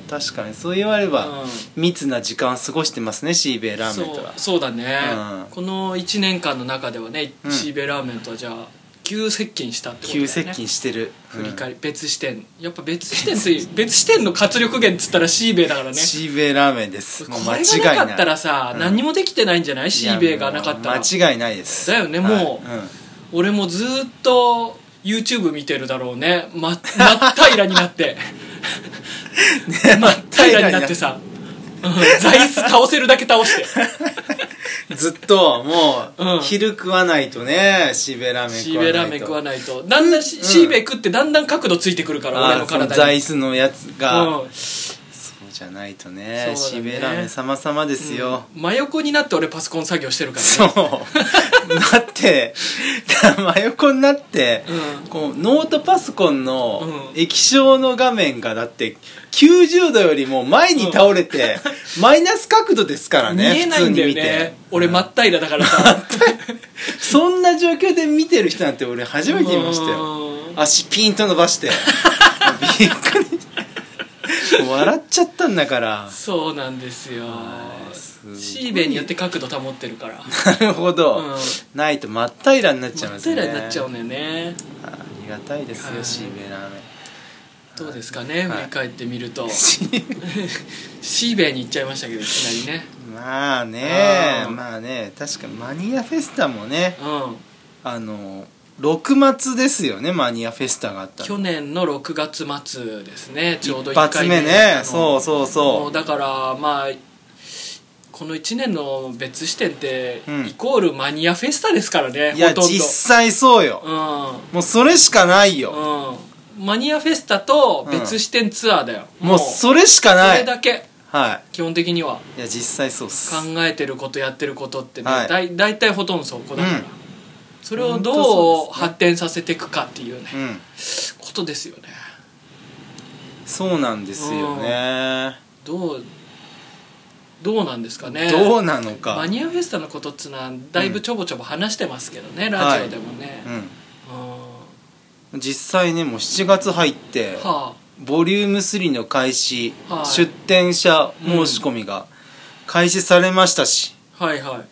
[SPEAKER 2] 確かにそう言われば、
[SPEAKER 1] うん
[SPEAKER 2] 密な時間を過ごしてますねシーベイラーメンとは
[SPEAKER 1] そうそうだね、
[SPEAKER 2] うん
[SPEAKER 1] この1年間の中ではね、
[SPEAKER 2] うん
[SPEAKER 1] シーベイラーメンとはじゃあ急接近したってことだよ
[SPEAKER 2] 急
[SPEAKER 1] ね
[SPEAKER 2] 接近してる、う
[SPEAKER 1] 振
[SPEAKER 2] ん
[SPEAKER 1] り返り、別視点やっぱ別視点という別視点の活力源っつったらシーベイだからね
[SPEAKER 2] シーベイラーメンです
[SPEAKER 1] こ
[SPEAKER 2] もう間
[SPEAKER 1] れ
[SPEAKER 2] 違い
[SPEAKER 1] が
[SPEAKER 2] ない
[SPEAKER 1] なかったらさ、
[SPEAKER 2] うん
[SPEAKER 1] 何にもできてないんじゃないシーベイがなかった
[SPEAKER 2] い
[SPEAKER 1] ら
[SPEAKER 2] やもう間違いないです
[SPEAKER 1] だよね
[SPEAKER 2] はい
[SPEAKER 1] もう俺もずーっと YouTube 見てるだろうねま真っ平らになって
[SPEAKER 2] うん
[SPEAKER 1] 真っ平らになってさうん座椅子倒せるだけ倒 して
[SPEAKER 2] ずっともう、
[SPEAKER 1] うん
[SPEAKER 2] 昼食わないとねシーベイラーメン
[SPEAKER 1] シ
[SPEAKER 2] 食
[SPEAKER 1] ー
[SPEAKER 2] わな
[SPEAKER 1] ベイラーメ
[SPEAKER 2] いと
[SPEAKER 1] ン食わないとだんだんしシーベイ食ってだんだん角度ついてくるから俺
[SPEAKER 2] あ
[SPEAKER 1] の
[SPEAKER 2] ーその
[SPEAKER 1] 体
[SPEAKER 2] 座
[SPEAKER 1] に
[SPEAKER 2] 椅子のやつが、
[SPEAKER 1] うん
[SPEAKER 2] そうじゃないと
[SPEAKER 1] そう
[SPEAKER 2] ね
[SPEAKER 1] だね
[SPEAKER 2] シーベイラーメン様々ですよ、
[SPEAKER 1] 真横になって俺パソコン作業してるからね
[SPEAKER 2] そう。なって、真横になって、
[SPEAKER 1] うん
[SPEAKER 2] こうノートパソコンの
[SPEAKER 1] うん
[SPEAKER 2] 液晶の画面がだって90度よりも前に倒れて、マイナス角度ですからね
[SPEAKER 1] 見えないんだよ
[SPEAKER 2] 普通に見て
[SPEAKER 1] ね俺真っ平らだからさ
[SPEAKER 2] そんな状況で見てる人なんて俺初めて見ましたよ
[SPEAKER 1] うん
[SPEAKER 2] 足ピンと伸 ばしてびっくりした笑っちゃったんだから
[SPEAKER 1] そうなんですよ
[SPEAKER 2] はいすごい
[SPEAKER 1] シーベイによって角度保ってるから
[SPEAKER 2] なるほど、
[SPEAKER 1] うん
[SPEAKER 2] ないと真っ平らになっちゃ
[SPEAKER 1] 真
[SPEAKER 2] いま
[SPEAKER 1] っ
[SPEAKER 2] すね
[SPEAKER 1] 平らになっちゃうんだよね
[SPEAKER 2] ありがたいですよ、
[SPEAKER 1] はい
[SPEAKER 2] シーベイラーメン
[SPEAKER 1] どうですかね
[SPEAKER 2] はい
[SPEAKER 1] 振り返ってみる とシーベイに行っちゃいましたけどいきなりね
[SPEAKER 2] まあね
[SPEAKER 1] うん
[SPEAKER 2] まあね確かにマニアフェスタもね
[SPEAKER 1] うん
[SPEAKER 2] あの6末ですよねマニアフェスタがあった
[SPEAKER 1] 去
[SPEAKER 2] の
[SPEAKER 1] 年の6月末ですねちょうど
[SPEAKER 2] 一
[SPEAKER 1] 1
[SPEAKER 2] 発
[SPEAKER 1] 回
[SPEAKER 2] 目ねそううそう
[SPEAKER 1] も
[SPEAKER 2] そう
[SPEAKER 1] だからまあこの1年の別視点って、
[SPEAKER 2] うん
[SPEAKER 1] イコールマニアフェスタですからね
[SPEAKER 2] ういや
[SPEAKER 1] ほとんど
[SPEAKER 2] 実際そうよもうそれしかないよ
[SPEAKER 1] うん、うん、マニアフェスタと別視点ツアーだよ、
[SPEAKER 2] もう
[SPEAKER 1] そ
[SPEAKER 2] それしかない
[SPEAKER 1] れだけ
[SPEAKER 2] は
[SPEAKER 1] 基本的にはい
[SPEAKER 2] いや実際そうっす
[SPEAKER 1] 考えてることやってることってね、
[SPEAKER 2] はい
[SPEAKER 1] だい、大体ほとんどそこだから、
[SPEAKER 2] うん
[SPEAKER 1] それを
[SPEAKER 2] 本当そう
[SPEAKER 1] どう
[SPEAKER 2] ですね
[SPEAKER 1] 発展させていくかっていうね、
[SPEAKER 2] うん
[SPEAKER 1] ことですよね
[SPEAKER 2] そうなんですよね
[SPEAKER 1] どうどうなんですかね
[SPEAKER 2] どうなのか
[SPEAKER 1] マニアフェスタのことっつうのはだいぶちょぼちょぼ話してますけどね、ラジオでもね、
[SPEAKER 2] うん実際ねもう7月入って
[SPEAKER 1] うんは
[SPEAKER 2] ボリューム3の開始、
[SPEAKER 1] はい
[SPEAKER 2] 出店者申し込みが開始されましたし、
[SPEAKER 1] あ、はいは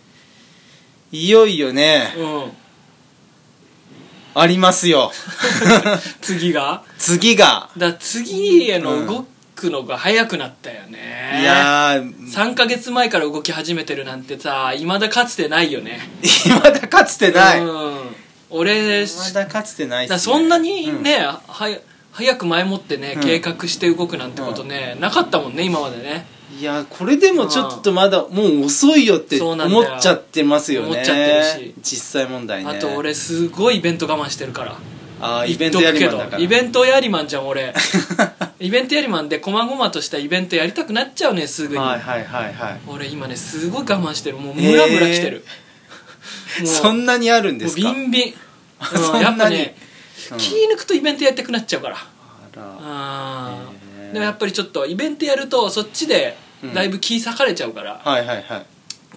[SPEAKER 1] い
[SPEAKER 2] いよいよね、
[SPEAKER 1] うん
[SPEAKER 2] ありま すよ
[SPEAKER 1] 次が
[SPEAKER 2] 次が、
[SPEAKER 1] だ次への動くのが早くなったよね、
[SPEAKER 2] いやー
[SPEAKER 1] 3ヶ月前から動き始めてるなんてさいまだかつてないよね
[SPEAKER 2] いまだかつてないい
[SPEAKER 1] うん、俺
[SPEAKER 2] まだかつてないっす
[SPEAKER 1] だ
[SPEAKER 2] ね
[SPEAKER 1] そんなに
[SPEAKER 2] うん
[SPEAKER 1] ね、はや早く前もってね、
[SPEAKER 2] うん
[SPEAKER 1] 計画して動くなんてことね、なかったもんね今までね
[SPEAKER 2] いやこれでもちょっとまだもう遅いよって
[SPEAKER 1] そうなんだ
[SPEAKER 2] 思
[SPEAKER 1] よ
[SPEAKER 2] っちゃってますよね
[SPEAKER 1] 思っちゃってるし
[SPEAKER 2] 実際問題ね
[SPEAKER 1] あと俺すごいイベント我慢してるから
[SPEAKER 2] あーイ
[SPEAKER 1] 言っ
[SPEAKER 2] ベン
[SPEAKER 1] と
[SPEAKER 2] トや
[SPEAKER 1] く
[SPEAKER 2] り
[SPEAKER 1] け
[SPEAKER 2] まん
[SPEAKER 1] ど
[SPEAKER 2] だから
[SPEAKER 1] イベントやりまんじゃん俺 イベントやりまんで細々としたイベントやりたくなっちゃうねすぐに、
[SPEAKER 2] はいはいはいはい
[SPEAKER 1] 俺今ねすごい我慢してるもうムラムラ来てる、もう
[SPEAKER 2] そんなにあるんで
[SPEAKER 1] もう
[SPEAKER 2] すか
[SPEAKER 1] ビンビン、
[SPEAKER 2] あ
[SPEAKER 1] うん
[SPEAKER 2] そんなに
[SPEAKER 1] やっぱね、
[SPEAKER 2] うん
[SPEAKER 1] 気抜くとイベントやりたくなっちゃうから
[SPEAKER 2] あら
[SPEAKER 1] あ
[SPEAKER 2] へ
[SPEAKER 1] ー
[SPEAKER 2] ー
[SPEAKER 1] でもやっぱりちょっとイベントやるとそっちでだいぶ気裂かれちゃうから、
[SPEAKER 2] はいはいはい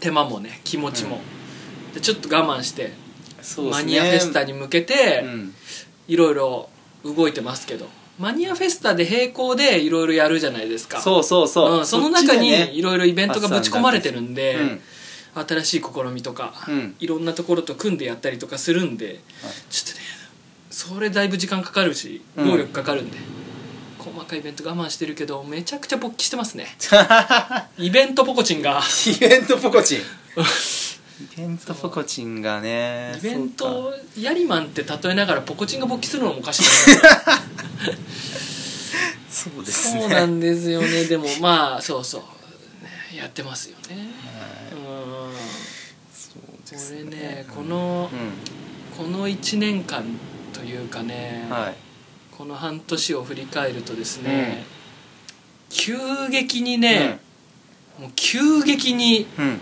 [SPEAKER 1] 手間もね気持ちも、でちょっと我慢して、
[SPEAKER 2] そうです
[SPEAKER 1] マ
[SPEAKER 2] ね
[SPEAKER 1] ニアフェスタに向けて
[SPEAKER 2] うん
[SPEAKER 1] いろいろ動いてますけどマニアフェスタで並行でいろいろやるじゃないですか
[SPEAKER 2] そうそうそう、
[SPEAKER 1] ん、その中
[SPEAKER 2] そっちでね
[SPEAKER 1] にいろいろイベントがぶち込まれてるんで
[SPEAKER 2] うん
[SPEAKER 1] 新しい試みとか、
[SPEAKER 2] うん
[SPEAKER 1] いろんなところと組んでやったりとかするんで、ちょっとねそれだいぶ時間かかるし
[SPEAKER 2] うん
[SPEAKER 1] 能力かかるんで、細かいイベント我慢してるけどめちゃくちゃ勃起して ますねイベントポコチンが
[SPEAKER 2] イベントポコ チンイベントポコチンがね
[SPEAKER 1] イベン
[SPEAKER 2] そうか
[SPEAKER 1] トやりまんって例えながらポコチンが勃起するのもおかしいな
[SPEAKER 2] そうで
[SPEAKER 1] そ
[SPEAKER 2] す
[SPEAKER 1] う
[SPEAKER 2] ね
[SPEAKER 1] なんですよね でもまあそうそうやってますよねうん
[SPEAKER 2] そうです
[SPEAKER 1] 俺
[SPEAKER 2] ね
[SPEAKER 1] ねこの
[SPEAKER 2] う
[SPEAKER 1] この1年間というかね、
[SPEAKER 2] んはい
[SPEAKER 1] この半年を振り返るとです
[SPEAKER 2] う
[SPEAKER 1] ね
[SPEAKER 2] ん、
[SPEAKER 1] 急激にね、もう急激に
[SPEAKER 2] うんうん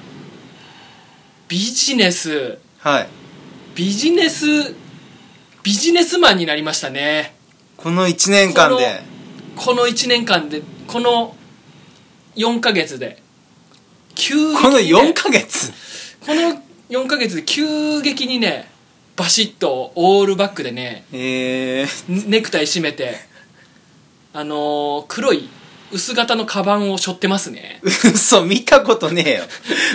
[SPEAKER 1] ビジネス
[SPEAKER 2] はい
[SPEAKER 1] ビジネスビジネスマンになりましたね
[SPEAKER 2] この1年間で
[SPEAKER 1] この1年間でこの4ヶ月で急激にね、
[SPEAKER 2] この4ヶ月
[SPEAKER 1] この4ヶ月で急激にねバシッとオールバックでね
[SPEAKER 2] ええ
[SPEAKER 1] ネクタイ締めてあのー黒い薄型のカバンを背負ってますね
[SPEAKER 2] 嘘見たことねえよ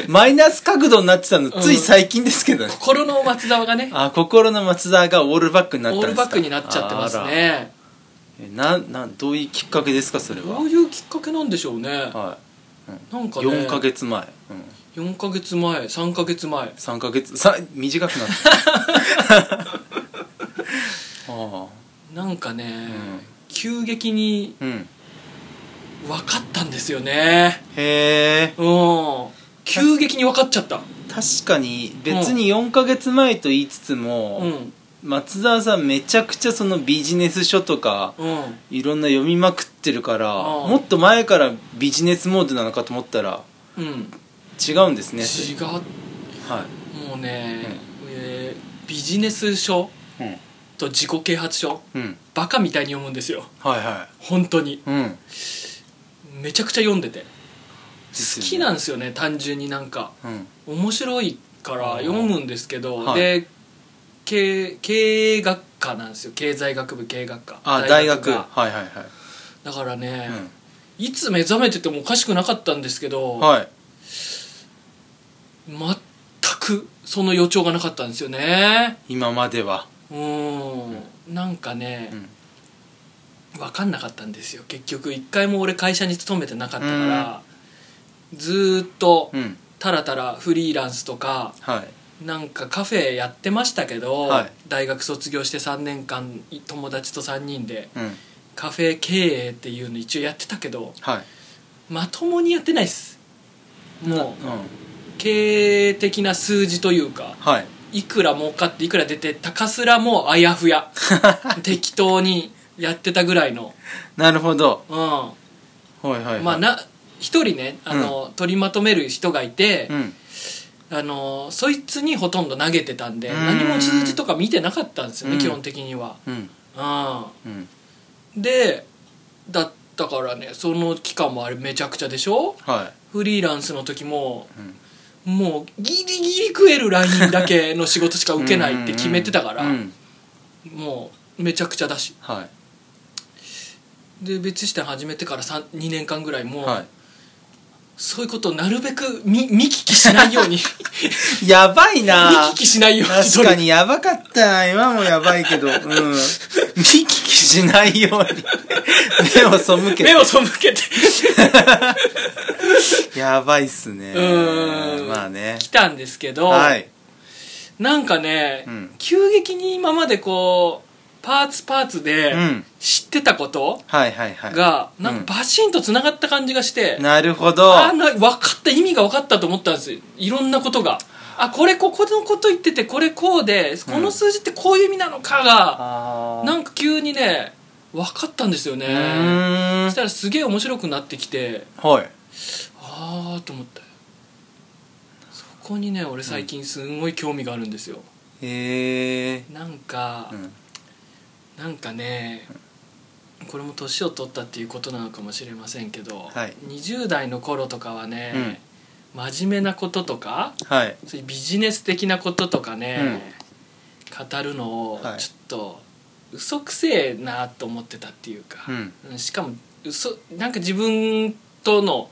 [SPEAKER 2] マイナス角度になってたのつい最近ですけどね、
[SPEAKER 1] 心の松沢がね
[SPEAKER 2] あ心の松沢がオールバックになったん
[SPEAKER 1] オ
[SPEAKER 2] です
[SPEAKER 1] ー
[SPEAKER 2] か
[SPEAKER 1] ルバックになっちゃってますね
[SPEAKER 2] あらえななどういうきっかけですかそれ
[SPEAKER 1] ど
[SPEAKER 2] は
[SPEAKER 1] ういうきっかけなんでしょうね
[SPEAKER 2] はい、うん
[SPEAKER 1] なんかね
[SPEAKER 2] 4ヶ月前、うん、
[SPEAKER 1] 4ヶ月前3ヶ月前
[SPEAKER 2] 3ヶ月さ短くなった あ
[SPEAKER 1] なんかね、
[SPEAKER 2] ん
[SPEAKER 1] 急激に
[SPEAKER 2] あうん
[SPEAKER 1] 分かったんですよね
[SPEAKER 2] へえ
[SPEAKER 1] うん急激に分かっちゃった
[SPEAKER 2] 確かに別に4ヶ月前と言いつつも、
[SPEAKER 1] うん
[SPEAKER 2] 松沢さんめちゃくちゃそのビジネス書とか
[SPEAKER 1] うん
[SPEAKER 2] いろんな読みまくってるから、
[SPEAKER 1] うん
[SPEAKER 2] もっと前からビジネスモードなのかと思ったら
[SPEAKER 1] うん
[SPEAKER 2] 違うんですね
[SPEAKER 1] 違う
[SPEAKER 2] は
[SPEAKER 1] もうね、
[SPEAKER 2] うん
[SPEAKER 1] えービジネス書
[SPEAKER 2] いうん、
[SPEAKER 1] と自己啓発書
[SPEAKER 2] うん、
[SPEAKER 1] バカみたいに読むんですよ
[SPEAKER 2] はいは
[SPEAKER 1] 本当に
[SPEAKER 2] いうん
[SPEAKER 1] めちゃくちゃ読んでて
[SPEAKER 2] す
[SPEAKER 1] 好
[SPEAKER 2] よね
[SPEAKER 1] きなんですよね単純になんか
[SPEAKER 2] うん
[SPEAKER 1] 面白いから読むんですけど、
[SPEAKER 2] はい
[SPEAKER 1] で経経営学科なんですよ経済学部経営学科
[SPEAKER 2] あ大学
[SPEAKER 1] が
[SPEAKER 2] はいはいはい、
[SPEAKER 1] だからね、
[SPEAKER 2] うん
[SPEAKER 1] いつ目覚めててもおかしくなかったんですけど、
[SPEAKER 2] はい
[SPEAKER 1] 全くその予兆がなかったんですよね
[SPEAKER 2] 今までは、
[SPEAKER 1] うん、なんかね、
[SPEAKER 2] うん
[SPEAKER 1] 分かんなかったんですよ結局一回も俺会社に勤めてなかったから、ずーっと
[SPEAKER 2] うん、
[SPEAKER 1] たらたらフリーランスとか
[SPEAKER 2] はい
[SPEAKER 1] なんかカフェやってましたけど、
[SPEAKER 2] はい
[SPEAKER 1] 大学卒業して3年間友達と3人で
[SPEAKER 2] うん
[SPEAKER 1] カフェ経営っていうの一応やってたけど
[SPEAKER 2] はい
[SPEAKER 1] まともにやってないっすも
[SPEAKER 2] うん
[SPEAKER 1] う経営的な数字というか
[SPEAKER 2] はい
[SPEAKER 1] いくら儲かっていくら出てたかすらもうあやふ や適当にやってたぐらいの
[SPEAKER 2] なるほど
[SPEAKER 1] うん
[SPEAKER 2] はいはいはい
[SPEAKER 1] まあな一人ねあの、取りまとめる人がいて、
[SPEAKER 2] うん
[SPEAKER 1] あのそいつにほとんど投げてたんで
[SPEAKER 2] うん
[SPEAKER 1] 何も数字とか見てなかったんですよね、
[SPEAKER 2] うん
[SPEAKER 1] 基本的には、
[SPEAKER 2] うん
[SPEAKER 1] う
[SPEAKER 2] うん
[SPEAKER 1] ん、でだったからねその期間もあれめちゃくちゃでしょ
[SPEAKER 2] は
[SPEAKER 1] フリーランスの時も
[SPEAKER 2] い、うん、
[SPEAKER 1] もうギリギリ食えるラインだけの仕事しか受けないって決めてたから
[SPEAKER 2] うんうん
[SPEAKER 1] もうめちゃくちゃだし
[SPEAKER 2] は
[SPEAKER 1] で別視点始めてから2年間ぐらいも、
[SPEAKER 2] いうは
[SPEAKER 1] そういうことをなるべく見見聞きしないよう に
[SPEAKER 2] いやばい
[SPEAKER 1] 見
[SPEAKER 2] な
[SPEAKER 1] 聞きし ないように
[SPEAKER 2] 確かにやばかったな今もやばいけどうん見聞きしないように目を背け
[SPEAKER 1] 目
[SPEAKER 2] て
[SPEAKER 1] を背けて
[SPEAKER 2] やばいっすね
[SPEAKER 1] うん
[SPEAKER 2] まあね
[SPEAKER 1] 来たんですけど、
[SPEAKER 2] はい
[SPEAKER 1] なんかね、
[SPEAKER 2] うん
[SPEAKER 1] 急激に今までこうパーツパーツで
[SPEAKER 2] うん
[SPEAKER 1] 知ってたこと
[SPEAKER 2] はいはいはい
[SPEAKER 1] が、
[SPEAKER 2] い
[SPEAKER 1] なんかバシンとつながった感じがして、
[SPEAKER 2] なるほど
[SPEAKER 1] あな分かった意味が分かったと思ったんですよいろんなことがあこれここのこと言っててこれこうでこの数字ってこういう意味なのかが、
[SPEAKER 2] あー
[SPEAKER 1] なんか急にね分かったんですよね
[SPEAKER 2] うー
[SPEAKER 1] そ
[SPEAKER 2] ん
[SPEAKER 1] したらすげえ面白くなってきて
[SPEAKER 2] はい
[SPEAKER 1] ああと思ったよそこにね俺最近すんごい興味があるんですよ、
[SPEAKER 2] へえ
[SPEAKER 1] なんか、
[SPEAKER 2] うん
[SPEAKER 1] なんかねこれも年を取ったっていうことなのかもしれませんけど、
[SPEAKER 2] はい
[SPEAKER 1] 20代の頃とかはね、真面目なこととか
[SPEAKER 2] はい
[SPEAKER 1] そういうビジネス的なこととかね、語るのを
[SPEAKER 2] はい
[SPEAKER 1] ちょっと嘘くせえなと思ってたっていうか
[SPEAKER 2] う、ん
[SPEAKER 1] うんしかも嘘なんか自分との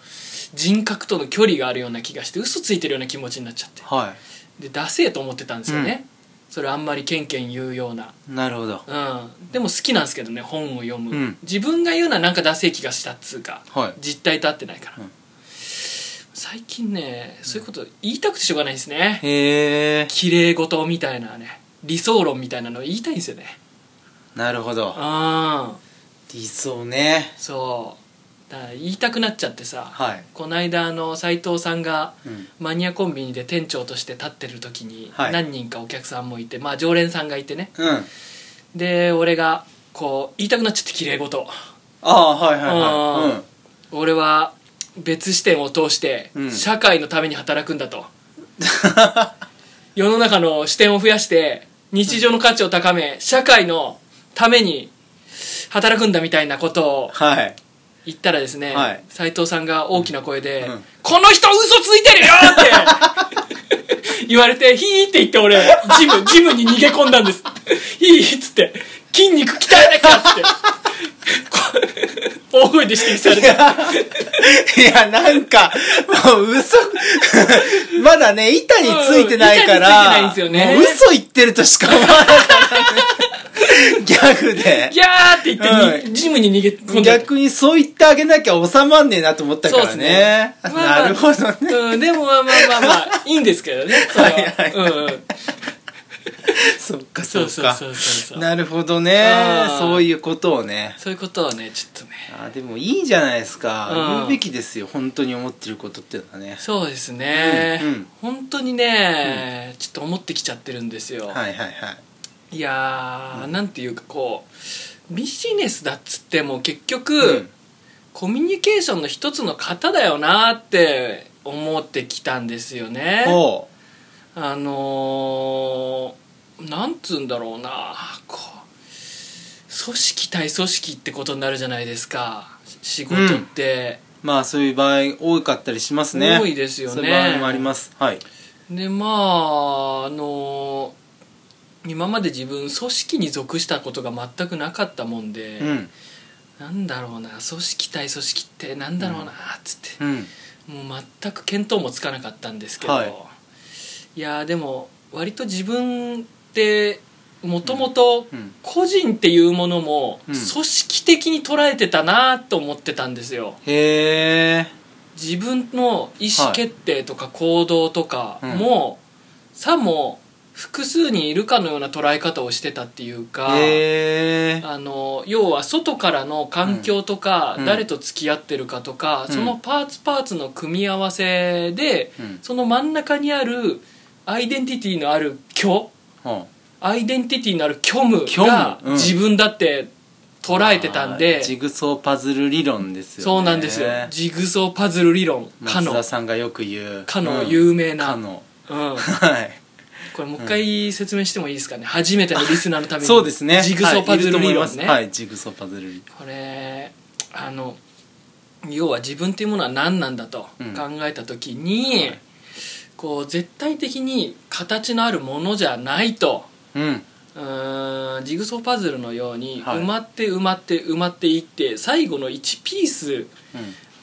[SPEAKER 1] 人格との距離があるような気がして嘘ついてるような気持ちになっちゃって
[SPEAKER 2] は
[SPEAKER 1] でダセえと思ってたんですよね、それあんまりケンケン言うようない
[SPEAKER 2] なるほど
[SPEAKER 1] うん、でも好きなんですけどね本を読む、
[SPEAKER 2] うん
[SPEAKER 1] 自分が言うのはなんかダセい気がしたっつうか、
[SPEAKER 2] はい
[SPEAKER 1] 実態と合ってないから、
[SPEAKER 2] うん
[SPEAKER 1] 最近ねそういうこと言いたくてしょうがないですね
[SPEAKER 2] へえ
[SPEAKER 1] 綺麗事みたいなね理想論みたいなの言いたいんですよね
[SPEAKER 2] なるほど
[SPEAKER 1] ああ
[SPEAKER 2] 理想ね
[SPEAKER 1] そうだから言いたくなっちゃってさ、
[SPEAKER 2] はい、
[SPEAKER 1] この間あの斉藤さんが
[SPEAKER 2] うん、
[SPEAKER 1] マニアコンビニで店長として立ってる時に
[SPEAKER 2] はい
[SPEAKER 1] 何人かお客さんもいて、まあ常連さんがいてね
[SPEAKER 2] うん、
[SPEAKER 1] で俺がこう言いたくなっちゃってきれい事
[SPEAKER 2] ああはいはい
[SPEAKER 1] あ
[SPEAKER 2] は
[SPEAKER 1] ー俺は別視点を通して
[SPEAKER 2] うん
[SPEAKER 1] 社会のために働くんだと、 世の中の視点を増やして日常の価値を高め社会のために働くんだみたいなことを
[SPEAKER 2] い、うん、はい
[SPEAKER 1] 言ったらですね、
[SPEAKER 2] はい
[SPEAKER 1] 斉藤さんが大きな声で「
[SPEAKER 2] うん
[SPEAKER 1] この人嘘ついてるよ!」って 言われてヒーって言って俺ジムジムに逃げ込んだんですヒーっつって筋肉鍛えなきゃっつってこ 大声で指摘されて
[SPEAKER 2] いやなんかもう嘘まだね板についてないから、
[SPEAKER 1] うん板についてないんですよね
[SPEAKER 2] もう嘘言ってるとしか思わなかった、ね、ギャグで
[SPEAKER 1] ギャーって言ってに、
[SPEAKER 2] う
[SPEAKER 1] ジムに逃げ込んだ
[SPEAKER 2] 逆にそう言ってあげなきゃ収まんねえなと思ったからね
[SPEAKER 1] そうっすねまあ
[SPEAKER 2] なるほどね、
[SPEAKER 1] うん、でもまあまあまあまあいいんですけどねそれは
[SPEAKER 2] はいはい
[SPEAKER 1] うんうん
[SPEAKER 2] そっかそ
[SPEAKER 1] そ
[SPEAKER 2] っ
[SPEAKER 1] う
[SPEAKER 2] か
[SPEAKER 1] そうそうそうそう
[SPEAKER 2] なるほどね
[SPEAKER 1] うん
[SPEAKER 2] そういうことをね
[SPEAKER 1] そういうことをねちょっとね
[SPEAKER 2] あでもいいじゃないですか、
[SPEAKER 1] うん
[SPEAKER 2] 言うべきですよ本当に思ってることっていうのはね
[SPEAKER 1] そうですね、
[SPEAKER 2] うんうん
[SPEAKER 1] 本当にね、ちょっと思ってきちゃってるんですよ、
[SPEAKER 2] はいはいはい
[SPEAKER 1] い、やー、なんていうかこうビジネスだっつっても結局、
[SPEAKER 2] うん
[SPEAKER 1] コミュニケーションの一つの型だよなって思ってきたんですよね
[SPEAKER 2] ほ
[SPEAKER 1] あのー、なんつうんだろうなこう組織対組織ってことになるじゃないですか仕事って、
[SPEAKER 2] うまあそういう場合多かったりしますね
[SPEAKER 1] 多いですよね
[SPEAKER 2] そういう場合もありますはい
[SPEAKER 1] でまああのー今まで自分組織に属したことが全くなかったもんで、
[SPEAKER 2] うん
[SPEAKER 1] なんだろうな組織対組織ってなんだろうなっつって、
[SPEAKER 2] うん
[SPEAKER 1] もう全く見当もつかなかったんですけど、
[SPEAKER 2] はい
[SPEAKER 1] い、やーでも割と自分ってもともと
[SPEAKER 2] うん
[SPEAKER 1] 個人っていうものも
[SPEAKER 2] うん
[SPEAKER 1] 組織的に捉えてたなと思ってたんですよ
[SPEAKER 2] へえ
[SPEAKER 1] 自分の意思決定とか行動とかも、さも複数にいるかのような捉え方をしてたっていうか
[SPEAKER 2] へえ
[SPEAKER 1] あの要は外からの環境とか、
[SPEAKER 2] うん
[SPEAKER 1] 誰と付き合ってるかとか、
[SPEAKER 2] うん
[SPEAKER 1] そのパーツパーツの組み合わせで、
[SPEAKER 2] うん
[SPEAKER 1] その真ん中にあるアイデンティティのある虚
[SPEAKER 2] ほ
[SPEAKER 1] アイデンティティのある虚無
[SPEAKER 2] 虚無
[SPEAKER 1] が
[SPEAKER 2] うん
[SPEAKER 1] 自分だって
[SPEAKER 2] う
[SPEAKER 1] 捉えてたんで、
[SPEAKER 2] あージグソーパズル理論ですよね
[SPEAKER 1] そうなんですよジグソーパズル理論か
[SPEAKER 2] 松
[SPEAKER 1] の
[SPEAKER 2] 田さんがよく言う
[SPEAKER 1] かの
[SPEAKER 2] うん
[SPEAKER 1] 有名な
[SPEAKER 2] かの
[SPEAKER 1] うん、
[SPEAKER 2] はい
[SPEAKER 1] これもう一回説明してもいいですかね、初めてのリスナーのために
[SPEAKER 2] そうですね
[SPEAKER 1] ジグソーパズル
[SPEAKER 2] はいい
[SPEAKER 1] 理
[SPEAKER 2] ると思いま
[SPEAKER 1] 論
[SPEAKER 2] す
[SPEAKER 1] ね、
[SPEAKER 2] はいジグソーパズル理
[SPEAKER 1] これあの要は自分っていうものは何なんだと考
[SPEAKER 2] うん
[SPEAKER 1] えた時に、
[SPEAKER 2] はい
[SPEAKER 1] こう絶対的に形のあるものじゃないと
[SPEAKER 2] 論うん
[SPEAKER 1] うーんジグソーパズルのように
[SPEAKER 2] はい
[SPEAKER 1] 埋まって埋まって埋まっていって最後の1ピース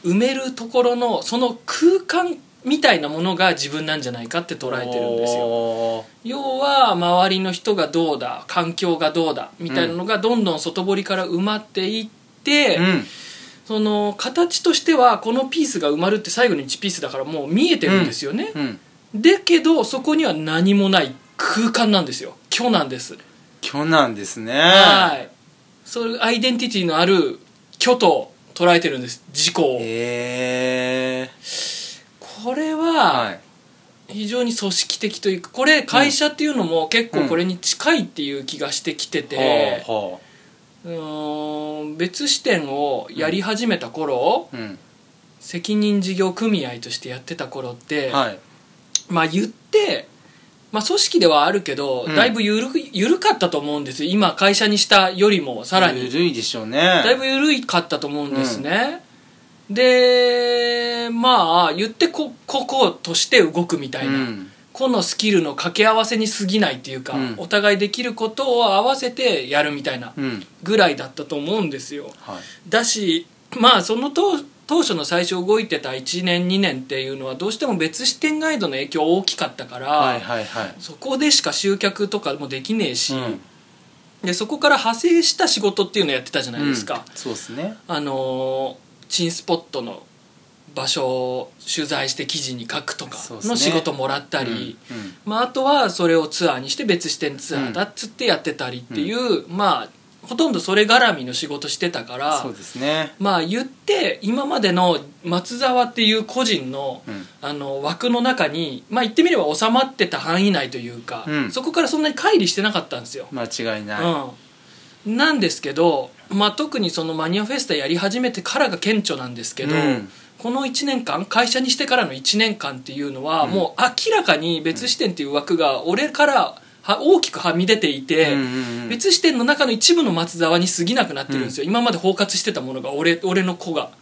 [SPEAKER 1] 埋めるところのその空間みたいなものが自分なんじゃないかって捉えてるんですよ。
[SPEAKER 2] よ
[SPEAKER 1] 要は周りの人がどうだ環境がどうだみたいなのがどんどん外堀から埋まっていって、
[SPEAKER 2] うん
[SPEAKER 1] その形としてはこのピースが埋まるって最後の1ピースだからもう見えてるんですよね、
[SPEAKER 2] うん
[SPEAKER 1] だけどそこには何もない空間なんですよ虚なんです、
[SPEAKER 2] 今日なんですね
[SPEAKER 1] はいそういうアイデンティティのある虚と捉えてるんです自己を、
[SPEAKER 2] へえ
[SPEAKER 1] これは、
[SPEAKER 2] はい
[SPEAKER 1] 非常に組織的というかこれ会社っていうのも結構これに近いっていう気がしてきてて、
[SPEAKER 2] ほ
[SPEAKER 1] うーん別視点をやり始めた頃、
[SPEAKER 2] うほううん
[SPEAKER 1] 責任事業組合としてやってた頃って、
[SPEAKER 2] はい
[SPEAKER 1] まあ言って、まあ、組織ではあるけど、
[SPEAKER 2] うん
[SPEAKER 1] だいぶ緩く緩かったと思うんですよ今会社にしたよりもさら
[SPEAKER 2] ゆ
[SPEAKER 1] に
[SPEAKER 2] るいでしょうね
[SPEAKER 1] だいぶ緩かったと思うんですね、でまあ言ってこ個々として動くみたいな、
[SPEAKER 2] うん
[SPEAKER 1] 個のスキルの掛け合わせに過ぎないっていうか、
[SPEAKER 2] うん
[SPEAKER 1] お互いできることを合わせてやるみたいな
[SPEAKER 2] うん
[SPEAKER 1] ぐらいだったと思うんですよ
[SPEAKER 2] はい
[SPEAKER 1] だしまあその当当初の最初動いてた1年2年っていうのはどうしても別視点ガイドの影響大きかったから、
[SPEAKER 2] はいはいはい
[SPEAKER 1] そこでしか集客とかもできねえし、
[SPEAKER 2] うん
[SPEAKER 1] でそこから派生した仕事っていうのやってたじゃないですか、
[SPEAKER 2] うんそうですね
[SPEAKER 1] あのーチンスポットの場所を取材して記事に書くとか
[SPEAKER 2] そうっすね
[SPEAKER 1] の仕事もらったり、
[SPEAKER 2] うんうん
[SPEAKER 1] まあ、あとはそれをツアーにして別視点ツアーだっつってやってたりっていう、まあほとんどそれ絡みの仕事してたから
[SPEAKER 2] そうですね
[SPEAKER 1] まあ言って今までの松沢っていう個人の,、
[SPEAKER 2] うん
[SPEAKER 1] あの枠の中にまあ言ってみれば収まってた範囲内というか、
[SPEAKER 2] うん
[SPEAKER 1] そこからそんなに乖離してなかったんですよ。
[SPEAKER 2] 間違いない、
[SPEAKER 1] うん、なんですけど、まあ、特にそのマニアフェスタやり始めてからが顕著なんですけど、
[SPEAKER 2] うん
[SPEAKER 1] この1年間会社にしてからの1年間っていうのは、もう明らかに別視点っていう枠が俺からは大きくはみ出ていて、
[SPEAKER 2] うんうんうん
[SPEAKER 1] 別視点の中の一部の松沢に過ぎなくなってるんですよ、今まで包括してたものが俺俺の子が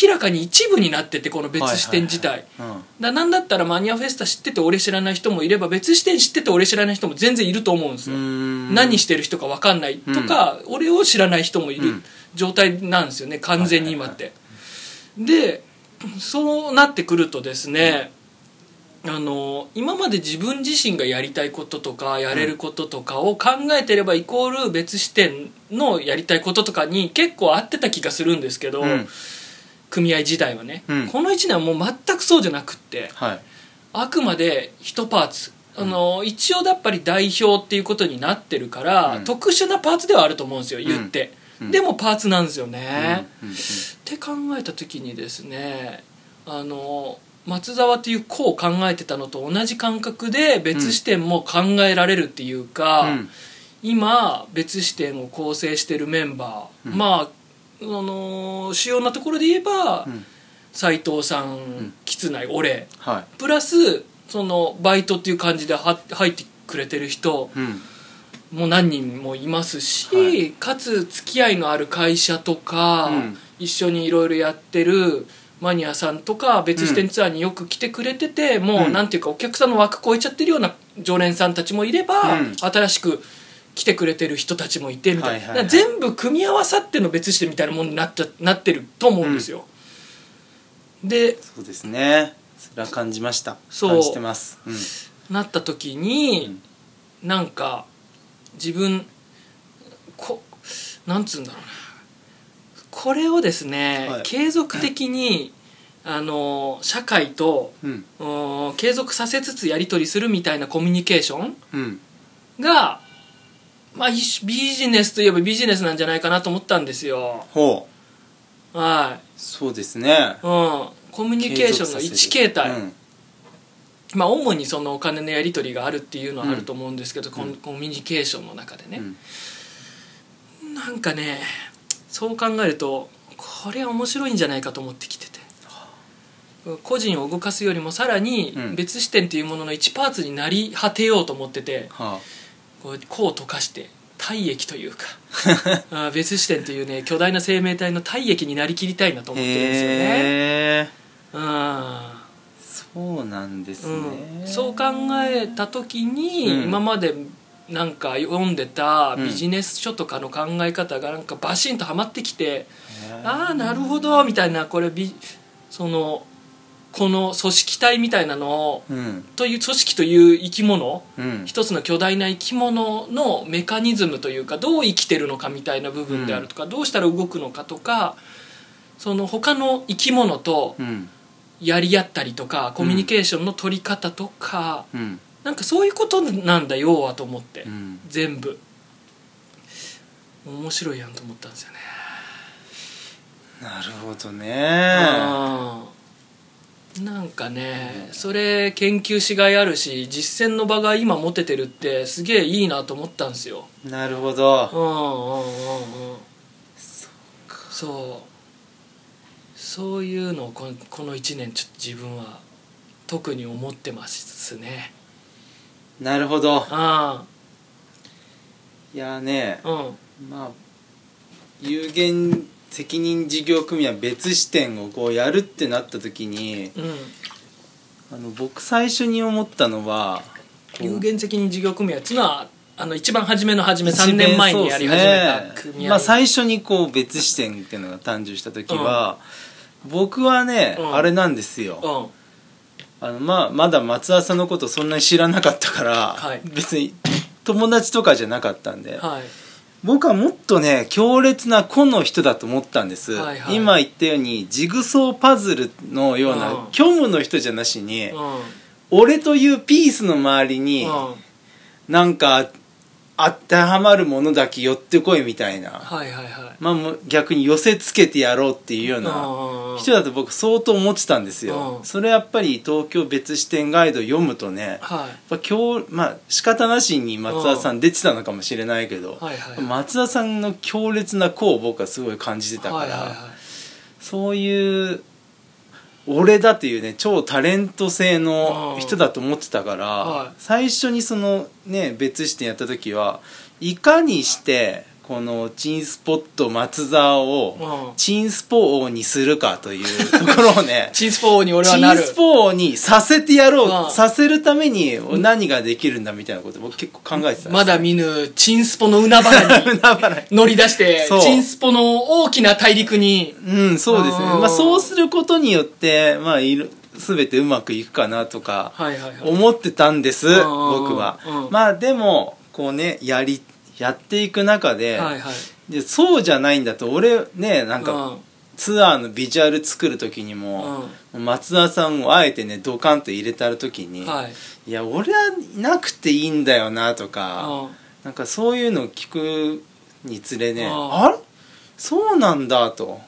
[SPEAKER 1] 明らかに一部になっててこの別視点自体。
[SPEAKER 2] うん
[SPEAKER 1] だなんだったらマニアフェスタ知ってて俺知らない人もいれば別視点知ってて俺知らない人も全然いると思うんですよ、
[SPEAKER 2] うん
[SPEAKER 1] 何してる人か分かんないとか、俺を知らない人もいる
[SPEAKER 2] うん
[SPEAKER 1] 状態なんですよね完全に今って、でそうなってくるとですね、あの今まで自分自身がやりたいこととかやれることとかを考えてればイコール別視点のやりたいこととかに結構合ってた気がするんですけど、
[SPEAKER 2] うん
[SPEAKER 1] 組合自体はね、
[SPEAKER 2] うん
[SPEAKER 1] この1年はもう全くそうじゃなくって、
[SPEAKER 2] はい
[SPEAKER 1] あくまで一パーツあの一応やっぱり代表っていうことになってるから、
[SPEAKER 2] うん
[SPEAKER 1] 特殊なパーツではあると思うんですよ言って、
[SPEAKER 2] うん
[SPEAKER 1] でもパーツなんですよね、
[SPEAKER 2] うんうん
[SPEAKER 1] って考えた時にですねあの松沢っていう子を考えてたのと同じ感覚で別視点も考えられるっていうか、
[SPEAKER 2] うん
[SPEAKER 1] 今別視点を構成してるメンバー、
[SPEAKER 2] うん
[SPEAKER 1] まああの主要なところで言えば
[SPEAKER 2] うん
[SPEAKER 1] 斎、藤さん、
[SPEAKER 2] ん
[SPEAKER 1] 橘内俺
[SPEAKER 2] は
[SPEAKER 1] プラスそのバイトっていう感じでは入ってくれてる人
[SPEAKER 2] い、うん、
[SPEAKER 1] も何人もいますし、
[SPEAKER 2] はい
[SPEAKER 1] かつ付き合いのある会社とか、
[SPEAKER 2] うん
[SPEAKER 1] 一緒にいろいろやってるマニアさんとか別支店ツアーによく来てくれてて、もううんなんていうかお客さんの枠超えちゃってるような常連さんたちもいれば、
[SPEAKER 2] うん
[SPEAKER 1] 新しく来てくれてる人たちもいてみたいな、
[SPEAKER 2] はいはいはい
[SPEAKER 1] だから全部組み合わさっての別支店みたいなものになっちゃなってると思うんですよ。で
[SPEAKER 2] そうですねそれは感じました
[SPEAKER 1] そう
[SPEAKER 2] 感じてます、うん、
[SPEAKER 1] なった時に、なんか自分こなんつうんだろうなこれをですね、
[SPEAKER 2] はい
[SPEAKER 1] 継続的にあの社会と
[SPEAKER 2] うん
[SPEAKER 1] うん継続させつつやり取りするみたいなコミュニケーション
[SPEAKER 2] うん
[SPEAKER 1] が、まあ、一種ビジネスといえばビジネスなんじゃないかなと思ったんですよ。
[SPEAKER 2] ほう
[SPEAKER 1] はい
[SPEAKER 2] そうです
[SPEAKER 1] う
[SPEAKER 2] ね
[SPEAKER 1] ん、コミュニケーションの
[SPEAKER 2] 継続させ
[SPEAKER 1] 1
[SPEAKER 2] る
[SPEAKER 1] 形態、
[SPEAKER 2] うん
[SPEAKER 1] まあ、主にそのお金のやり取りがあるっていうのはあると思うんですけど、コンコミュニケーションの中でね、
[SPEAKER 2] うん
[SPEAKER 1] なんかねそう考えるとこれは面白いんじゃないかと思ってきてて個人を動かすよりもさらに
[SPEAKER 2] うん
[SPEAKER 1] 別視点というものの1パーツになり果てようと思ってて
[SPEAKER 2] はあ
[SPEAKER 1] こうこう溶かして体液という かあー別視点というね巨大な生命体の体液になりきりたいなと思ってるんですよね。
[SPEAKER 2] へえ
[SPEAKER 1] うん
[SPEAKER 2] そうなんですね、
[SPEAKER 1] うん、そう考えた時に、
[SPEAKER 2] うん
[SPEAKER 1] 今までなんか読んでたビジネス書とかの考え方がなんかバシンとはまってきて、
[SPEAKER 2] へえ
[SPEAKER 1] ああなるほどみたいなこれビそのこの組織体みたいなのを
[SPEAKER 2] うん
[SPEAKER 1] という組織という生き物
[SPEAKER 2] うん
[SPEAKER 1] 一つの巨大な生き物のメカニズムというかどう生きてるのかみたいな部分であるとか、どうしたら動くのかとかその他の生き物と
[SPEAKER 2] うん
[SPEAKER 1] やり合ったりとかコミュニケーションの取り方とか、
[SPEAKER 2] うん
[SPEAKER 1] なんかそういうことなんだ要はと思って、
[SPEAKER 2] うん
[SPEAKER 1] 全部面白いやんと思ったんですよね、
[SPEAKER 2] なるほどね
[SPEAKER 1] うんなんかねそれ研究しがいあるし実践の場が今持ててるってすげえいいなと思ったんですよ
[SPEAKER 2] なるほ
[SPEAKER 1] う
[SPEAKER 2] ど
[SPEAKER 1] んうんうんうんそうそういうのをこのこの1年ちょっと自分は特に思ってますね
[SPEAKER 2] なるほど
[SPEAKER 1] あ
[SPEAKER 2] いやーね
[SPEAKER 1] あうん
[SPEAKER 2] まあ有限責任事業組合別視点をこうやるってなった時に
[SPEAKER 1] うん
[SPEAKER 2] あの僕最初に思ったのはこう
[SPEAKER 1] 有限責任事業組合っていうのはあの一番初めの初め3年前にやり始めた
[SPEAKER 2] そうです
[SPEAKER 1] 組
[SPEAKER 2] ね
[SPEAKER 1] 合
[SPEAKER 2] まあ、最初にこう別視点っていうのが誕生した時は、僕はね、
[SPEAKER 1] うん
[SPEAKER 2] あれなんですよ、
[SPEAKER 1] うん
[SPEAKER 2] あのまあ、まだ松田さんのことそんなに知らなかったから、
[SPEAKER 1] はい
[SPEAKER 2] 別に友達とかじゃなかったんで、
[SPEAKER 1] はい
[SPEAKER 2] 僕はもっとね強烈な個の人だと思ったんです、
[SPEAKER 1] はいはい
[SPEAKER 2] 今言ったようにジグソーパズルのような、
[SPEAKER 1] うん
[SPEAKER 2] 虚無の人じゃなしに、
[SPEAKER 1] うん
[SPEAKER 2] 俺というピースの周りに、
[SPEAKER 1] うん
[SPEAKER 2] なんか当てはまるものだけ寄ってこいみたいな、
[SPEAKER 1] はいはいはい
[SPEAKER 2] まあ、もう逆に寄せつけてやろうっていうような
[SPEAKER 1] あ
[SPEAKER 2] 人だと僕相当思ってたんですよ
[SPEAKER 1] うん
[SPEAKER 2] それやっぱり東京別視点ガイド読むとね
[SPEAKER 1] はい
[SPEAKER 2] やっぱ今日まあ仕方なしに松田さん出てたのかもしれないけど、
[SPEAKER 1] はいはい
[SPEAKER 2] 松田さんの強烈な功を僕はすごい感じてたから、
[SPEAKER 1] はいはいはい
[SPEAKER 2] そういう俺だっていうね超タレント性の人だと思ってたから、
[SPEAKER 1] はい
[SPEAKER 2] 最初にそのね別視点やった時はいかにしてこのチンスポット松沢
[SPEAKER 1] う
[SPEAKER 2] を
[SPEAKER 1] ん
[SPEAKER 2] チンスポ王にするかというところ をね
[SPEAKER 1] チンスポ王に俺は
[SPEAKER 2] チ
[SPEAKER 1] な
[SPEAKER 2] ン
[SPEAKER 1] る
[SPEAKER 2] スポ王にさせてやろう、
[SPEAKER 1] うん
[SPEAKER 2] させるために何ができるんだみたいなこと僕結構考えてた
[SPEAKER 1] まだ見ぬチンスポの海原に
[SPEAKER 2] だから
[SPEAKER 1] 乗り出して
[SPEAKER 2] そう
[SPEAKER 1] チンスポの大きな大陸に
[SPEAKER 2] うんそうですね
[SPEAKER 1] うん
[SPEAKER 2] まあ、そうすることによって、まあ、いる全てうまくいくかなとか
[SPEAKER 1] はいはいはい
[SPEAKER 2] 思ってたんです、
[SPEAKER 1] ん
[SPEAKER 2] 僕は、
[SPEAKER 1] うん
[SPEAKER 2] まあでもこうねやりやっていく中で、
[SPEAKER 1] はいはい
[SPEAKER 2] でそうじゃないんだと俺ねなんか、
[SPEAKER 1] うん
[SPEAKER 2] ツアーのビジュアル作る時にも、松田さんをあえてねドカンと入れたる時に、
[SPEAKER 1] はい
[SPEAKER 2] い、や俺はなくていいんだよなとか、
[SPEAKER 1] うん
[SPEAKER 2] なんかそういうのを聞くにつれね、
[SPEAKER 1] うん
[SPEAKER 2] あれそうなんだと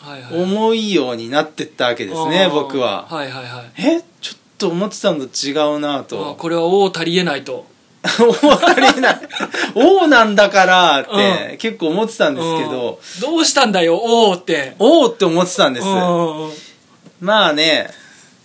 [SPEAKER 1] はいはい
[SPEAKER 2] 思いようになってったわけですね、
[SPEAKER 1] うん
[SPEAKER 2] 僕は、
[SPEAKER 1] はいはいはい
[SPEAKER 2] えちょっと思ってたのと違うな
[SPEAKER 1] あ
[SPEAKER 2] と
[SPEAKER 1] これは王足りえないと
[SPEAKER 2] 思ったりない 王なんだからって、結構思ってたんですけど、
[SPEAKER 1] うんどうしたんだよ王って
[SPEAKER 2] 王って思ってたんです、
[SPEAKER 1] うん
[SPEAKER 2] まあね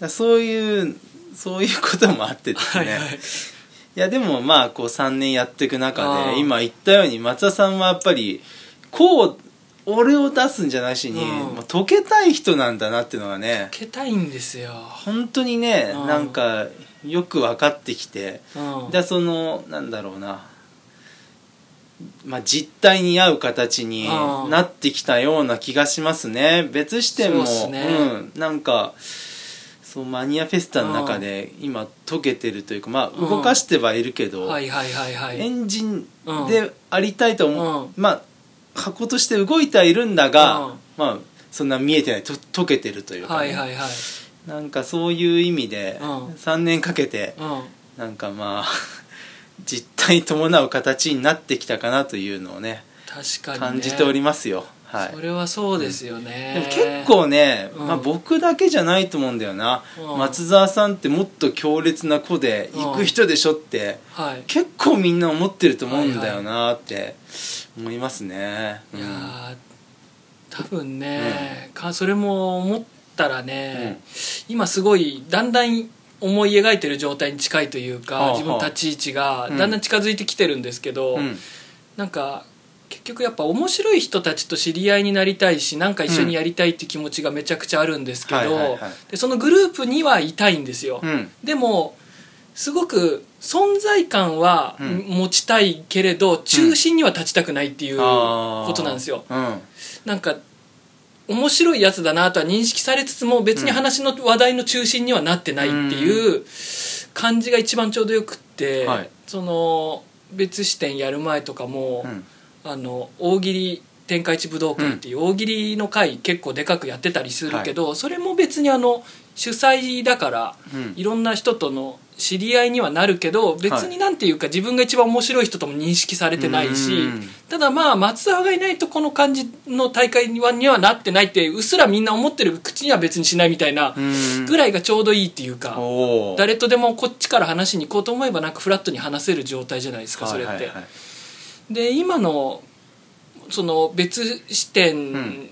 [SPEAKER 2] そういうそういうこともあってですね、
[SPEAKER 1] はいはい
[SPEAKER 2] いやでもまあこう3年やっていく中
[SPEAKER 1] うん
[SPEAKER 2] で今言ったように松田さんはやっぱりこう俺を出すんじゃなしに、
[SPEAKER 1] うん
[SPEAKER 2] もう溶けたい人なんだなっていうのがね
[SPEAKER 1] 受けたいんですよ
[SPEAKER 2] 本当にね、
[SPEAKER 1] うん
[SPEAKER 2] なんかよく分かってきて、
[SPEAKER 1] うん
[SPEAKER 2] でそのなんだろうな、まあ、実態に合う形に
[SPEAKER 1] うん
[SPEAKER 2] なってきたような気がしますね別視点も
[SPEAKER 1] そうっすね
[SPEAKER 2] うん、なんかそうマニアフェスタの中で今溶けてるというか、まあ、
[SPEAKER 1] うん
[SPEAKER 2] 動かしてはいるけど、
[SPEAKER 1] はいはいはいはい
[SPEAKER 2] エンジン
[SPEAKER 1] うん
[SPEAKER 2] でありたいと思う、
[SPEAKER 1] うん
[SPEAKER 2] まあ箱として動いてはいるんだが、
[SPEAKER 1] うん
[SPEAKER 2] まあそんな見えてないと溶けてるというか、ね
[SPEAKER 1] はいはいはい
[SPEAKER 2] なんかそういう意味で、
[SPEAKER 1] うん
[SPEAKER 2] 3年かけて
[SPEAKER 1] うん
[SPEAKER 2] なんかまあ 実態に伴う形になってきたかなというのをね
[SPEAKER 1] 確かにね
[SPEAKER 2] 感じておりますよ、はい
[SPEAKER 1] それはそうですよね
[SPEAKER 2] でも結構ね、
[SPEAKER 1] うん
[SPEAKER 2] まあ、僕だけじゃないと思うんだよな、
[SPEAKER 1] うん
[SPEAKER 2] 松沢さんってもっと強烈な子で行く人でしょって、
[SPEAKER 1] はい
[SPEAKER 2] 結構みんな思ってると思うんだよなって思いますね、
[SPEAKER 1] い
[SPEAKER 2] うん
[SPEAKER 1] やー多分ね、かそれも思ったらね、今すごいだんだん思い描いてる状態に近いというか、
[SPEAKER 2] はあはあ
[SPEAKER 1] 自分の立ち位置が
[SPEAKER 2] うん
[SPEAKER 1] だんだん近づいてきてるんですけど、
[SPEAKER 2] うん
[SPEAKER 1] なんか結局やっぱ面白い人たちと知り合いになりたいしなんか一緒にやりたいって気持ちがめちゃくちゃあるんですけ
[SPEAKER 2] うんはいはい
[SPEAKER 1] ど
[SPEAKER 2] はい
[SPEAKER 1] でそのグループにはいたいんですよ。
[SPEAKER 2] うん
[SPEAKER 1] でもすごく存在感は
[SPEAKER 2] うん
[SPEAKER 1] 持ちたいけれど、中心には立ちたくないっていう
[SPEAKER 2] あー
[SPEAKER 1] ことなんですよ。
[SPEAKER 2] うん
[SPEAKER 1] なんか面白いやつだなとは認識されつつも別に話の話題の中心にはなってないっていう感じが一番ちょうどよくって、
[SPEAKER 2] はい
[SPEAKER 1] その別視点やる前とかも、
[SPEAKER 2] うん
[SPEAKER 1] あの大喜利天下一武道会っていう大喜利の会結構でかくやってたりするけど、それも別にあの主催だから
[SPEAKER 2] うん
[SPEAKER 1] いろんな人との知り合いにはなるけど別になんていうか自分が一番面白い人とも認識されてないし
[SPEAKER 2] うん
[SPEAKER 1] ただまあ松沢がいないとこの感じの大会にはにはなってないってうっすらみんな思ってる口には別にしないみたいな
[SPEAKER 2] うん
[SPEAKER 1] ぐらいがちょうどいいっていうか
[SPEAKER 2] おー
[SPEAKER 1] 誰とでもこっちから話しに行こうと思えばなんかフラットに話せる状態じゃないですかそれって。
[SPEAKER 2] はいはいはい
[SPEAKER 1] で今のその別視
[SPEAKER 2] うん
[SPEAKER 1] 点っ